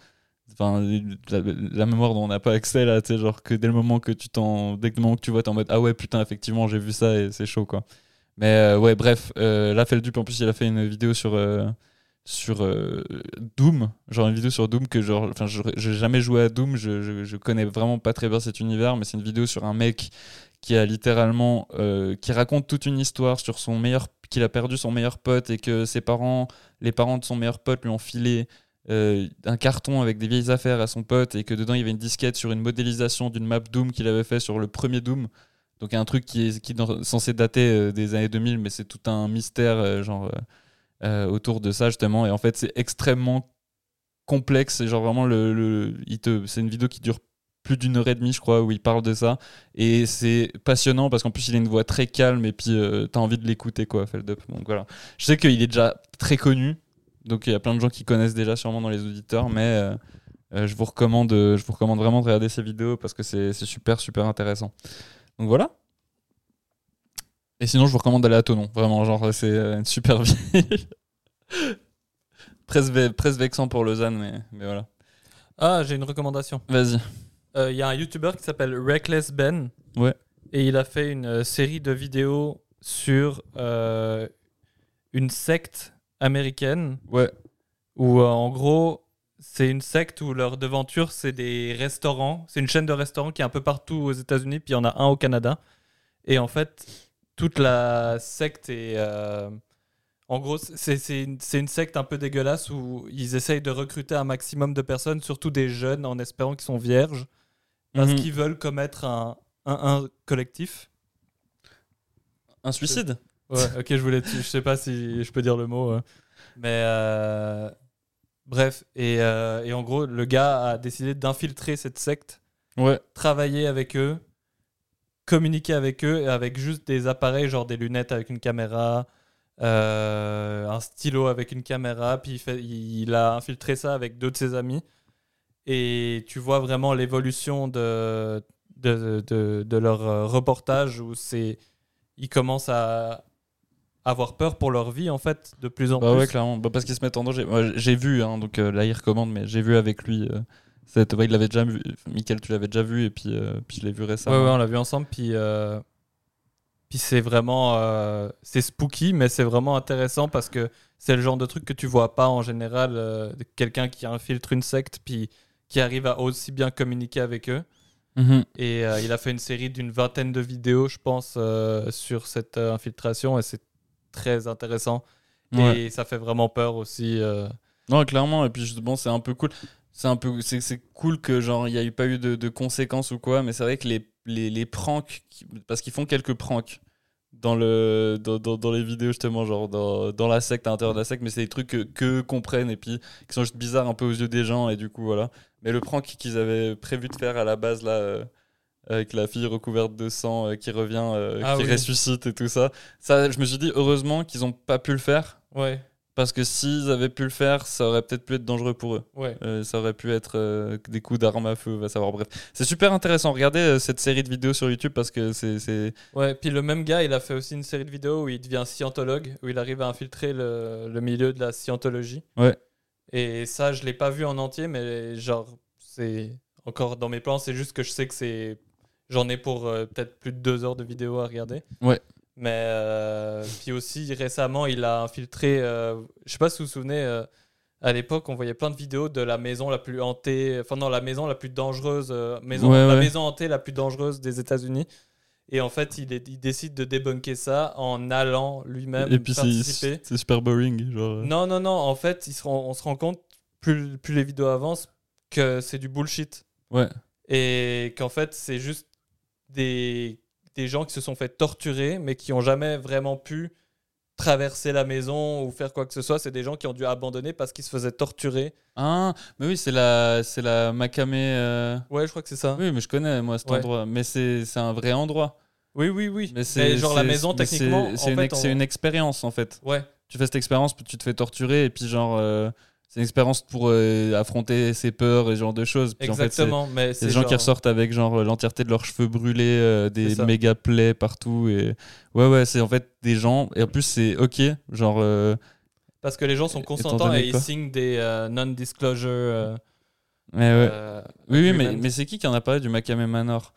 Enfin, la, la mémoire dont on n'a pas accès là, tu sais, genre que dès le moment que tu t'en, dès que le moment que tu vois, t'es en mode ah ouais putain effectivement j'ai vu ça et c'est chaud quoi. Mais euh, ouais bref, euh, là Feldup en plus il a fait une vidéo sur euh, sur euh, Doom, genre une vidéo sur Doom que genre, enfin, je- j'ai jamais joué à Doom, je, je, je connais vraiment pas très bien cet univers, mais c'est une vidéo sur un mec qui a littéralement, euh, qui raconte toute une histoire sur son meilleur, qu'il a perdu son meilleur pote et que ses parents, les parents de son meilleur pote lui ont filé euh, un carton avec des vieilles affaires à son pote et que dedans il y avait une disquette sur une modélisation d'une map Doom qu'il avait fait sur le premier Doom. Donc un truc qui est, qui est dans- censé dater euh, des années 2000, mais c'est tout un mystère, euh, genre. euh, euh, autour de ça justement et en fait c'est extrêmement complexe et genre vraiment le, le- il te c'est une vidéo qui dure plus d'une heure et demie je crois où il parle de ça et c'est passionnant parce qu'en plus il a une voix très calme et puis euh, t'as envie de l'écouter quoi Feldup donc voilà je sais qu'il est déjà très connu donc il y a plein de gens qui connaissent déjà sûrement dans les auditeurs mais euh, euh, je vous recommande euh, je vous recommande vraiment de regarder ces vidéos parce que c'est c'est super super intéressant donc voilà et sinon, je vous recommande d'aller à Tonon. Vraiment, genre, c'est euh, une super ville. presque, ve- presque vexant pour Lausanne, mais, mais voilà.
Ah, j'ai une recommandation.
Vas-y.
Euh, Il y a un YouTuber qui s'appelle Reckless Ben.
Ouais.
Et il a fait une euh, série de vidéos sur euh, une secte américaine
Ouais.
où, euh, en gros, c'est une secte où leur devanture, c'est des restaurants. C'est une chaîne de restaurants qui est un peu partout aux États-Unis, puis il y en a un au Canada. Et en fait, toute la secte est. euh, en gros, c'est c'est une, c'est une secte un peu dégueulasse où ils essayent de recruter un maximum de personnes, surtout des jeunes, en espérant qu'ils sont vierges, parce
Mhm.
qu'ils veulent commettre un, un, un collectif.
Un suicide
Ouais, ok, je voulais, je sais pas si je peux dire le mot, euh. mais euh, bref. Et, euh, et en gros, le gars a décidé d'infiltrer cette secte,
Ouais.
travailler avec eux, communiquer avec eux, et avec juste des appareils, genre des lunettes avec une caméra, euh, un stylo avec une caméra, puis il, fait- il a infiltré ça avec deux de ses amis, et tu vois vraiment l'évolution de, de, de, de leur euh, reportage où c'est ils commencent à avoir peur pour leur vie en fait de plus en
Bah
plus.
ouais, clairement. Bah, parce qu'ils se mettent en danger. Moi, j'ai vu, hein, donc euh, là, il recommande, mais j'ai vu avec lui. euh, cette... bah, il l'avait déjà vu. Michael, tu l'avais déjà vu, et puis, euh, puis je l'ai vu
Ouais, ouais,
récemment.
on l'a vu ensemble. Puis, euh, puis c'est vraiment. euh, C'est spooky, mais c'est vraiment intéressant parce que c'est le genre de truc que tu vois pas en général. euh, de Quelqu'un qui infiltre une secte, puis qui arrive à aussi bien communiquer avec eux.
Mhm.
Et euh, il a fait une série d'une vingtaine de vidéos, je pense, euh, sur cette euh, infiltration. Et c'est très intéressant.
Ouais.
Et ça fait vraiment peur aussi. euh.
Non, clairement, et puis justement, c'est un peu cool. c'est un peu c'est c'est cool que genre il n'y a eu pas eu de, de conséquences ou quoi mais c'est vrai que les, les, les pranks qui- parce qu'ils font quelques pranks dans le dans, dans- dans les vidéos justement genre dans, dans la secte à l'intérieur de la secte mais c'est des trucs que, que eux comprennent et puis qui sont juste bizarres un peu aux yeux des gens et du coup voilà mais le prank qu'ils avaient prévu de faire à la base là euh, avec la fille recouverte de sang euh, qui revient euh,
Ah
qui
oui.
ressuscite et tout ça ça je me suis dit heureusement qu'ils ont pas pu le faire
Ouais,
parce que s'ils avaient pu le faire ça aurait peut-être pu être dangereux pour eux
ouais.
euh, ça aurait pu être euh, des coups d'armes à feu, va savoir. Bref, c'est super intéressant. Regardez euh, cette série de vidéos sur YouTube parce que c'est. c'est-
Ouais, puis le même gars, il a fait aussi une série de vidéos où il devient scientologue, où il arrive à infiltrer le, le milieu de la scientologie.
Ouais.
Et ça, je l'ai pas vu en entier, mais genre, c'est encore dans mes plans, c'est juste que je sais que c'est. J'en ai pour euh, peut-être plus de deux heures de vidéos à regarder.
Ouais.
Mais euh, puis aussi, récemment, il a infiltré. euh, je sais pas si vous vous souvenez, euh, à l'époque, on voyait plein de vidéos de la maison la plus hantée. Enfin, non, la maison la plus dangereuse. euh, maison,
Ouais,
la
ouais.
maison hantée la plus dangereuse des États-Unis. Et en fait, il, est- il décide de débunker ça en allant lui-même
Et puis c'est
participer.
c'est super boring. Genre. euh.
Bah, Non, non, non. En fait, il se rend- on se rend compte, plus, plus les vidéos avancent, que c'est du bullshit.
Ouais.
Et qu'en fait, c'est juste des, des gens qui se sont fait torturer, mais qui n'ont jamais vraiment pu traverser la maison ou faire quoi que ce soit. C'est des gens qui ont dû abandonner parce qu'ils se faisaient torturer.
Ah, mais oui, c'est la, c'est la Makame. euh,
Ouais, je crois que c'est ça.
Oui, mais je connais moi cet
Ouais.
endroit. Mais c'est c'est un vrai endroit.
Oui, oui, oui.
Mais
Mais,
c'est
genre la
c'est-
maison,
mais c'est-
techniquement. en
C'est une,
fait,
ex- c'est
on-
une expérience en fait.
Ouais,
Tu fais cette expérience, puis tu te fais torturer, et puis genre. euh, c'est une expérience pour euh, affronter ses peurs et ce genre de choses. Puis, en fait, c'est-
exactement. mais
C'est
c'est
des gens qui
genre-
ressortent avec genre euh, l'entièreté de leurs cheveux brûlés, euh, des
C'est ça.
méga plaies partout et ouais ouais c'est en fait des gens et en plus c'est ok genre euh,
Parce que les gens sont
Étant donné
consentants et ils
quoi
signent des euh, non-disclosure. euh,
mais ouais.
euh,
oui oui mais,
agreement.
mais c'est qui qui en a parlé du Makame Manor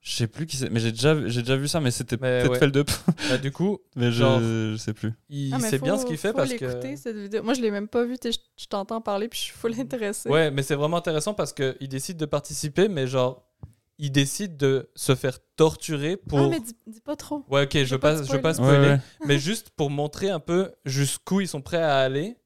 Je sais plus qui c'est mais j'ai déjà j'ai déjà vu ça mais c'était
Mais
peut-être
ouais.
Feldup <laughs>
Bah, du coup,
mais je,
Genre-
je sais plus.
il
Ah, mais
sait bien
faut-
ce qu'il fait
faut
parce
l'écouter,
que.
cette vidéo. Moi, je l'ai même pas vue. t'es- Je je t'entends parler, puis je suis full intéressée. Ah,
Ouais, mais c'est vraiment intéressant parce qu'il décide de participer, mais genre, il décide de se faire torturer pour.
Ah, mais dis, dis pas trop.
Ouais, ok, je
veux pas
passe,
te
je passe
Ouais,
spoiler,
ouais.
mais juste pour montrer un peu jusqu'où ils sont prêts à aller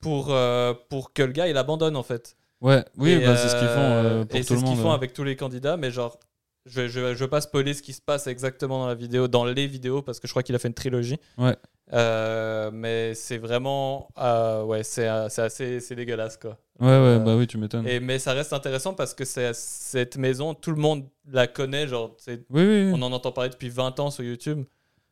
pour, euh, pour que le gars il abandonne en fait.
Ouais, oui,
Et,
bah, c'est ce qu'ils font euh,
euh,
pour
et
tout le
C'est ce
monde.
qu'ils font
ouais.
avec tous les candidats, mais genre, je vais- je, vais- je veux pas spoiler ce qui se passe exactement dans la vidéo, dans les vidéos, parce que je crois qu'il a fait une trilogie.
Ouais.
Euh, mais c'est vraiment, euh, ouais, c'est euh, c'est assez, c'est dégueulasse quoi.
Ouais, ouais,
euh,
bah oui, tu m'étonnes.
Et mais ça reste intéressant parce que c'est cette maison, tout le monde la connaît, genre, c'est-
Oui, oui, oui.
on en entend parler depuis 20 ans sur YouTube.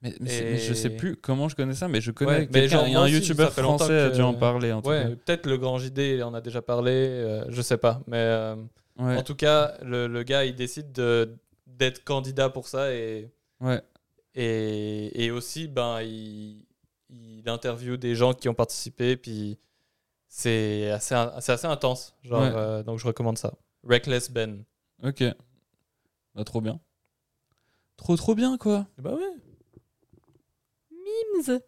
Mais, mais c'est- mais je sais
et-
plus comment je connais ça, mais je
Ouais,
connais
mais
quelqu'un.
genre,
Il y a
moi
un
aussi,
youtubeur
ça fait longtemps
français a
que-
dû en parler. En tout
Ouais, peut-être le grand JD, on a déjà parlé, euh, je sais pas, mais. euh,
cas. ouais.
En tout cas, le, le gars, il décide de- d'être candidat pour ça et,
Ouais.
et, et aussi, ben, il, il interviewe des gens qui ont participé, puis c'est assez, in- c'est assez intense. Genre,
Ouais.
euh, donc, je recommande ça. Reckless Ben.
Ok. Bah, trop bien. Trop, trop bien, quoi.
Bah ouais,
Mims.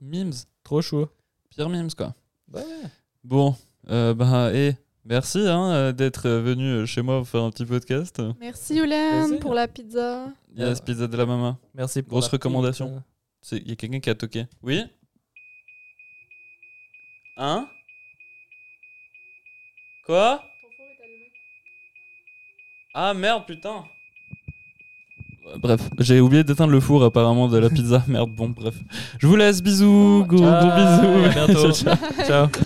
Mims.
trop chaud.
Pire Mims, quoi.
Bah ouais.
Bon, euh, bah, et merci hein, euh, d'être euh, venu euh, chez moi faire un petit podcast.
Merci, Olen,
Plaisir.
pour la pizza.
Yes,
Euh,
pizza de la mama.
Merci pour
Grosse
la petite,
recommandation.
euh,
Il y a quelqu'un qui a toqué. Oui Hein Quoi Ah merde, putain Ouais, Bref, j'ai oublié d'éteindre le four apparemment <laughs> de la pizza. Merde, bon, bref. Je vous laisse, bisous,
Bon,
gros, gros
ciao.
bisous.
À bientôt.
<laughs> Ciao, ciao.
euh, <laughs> Ciao.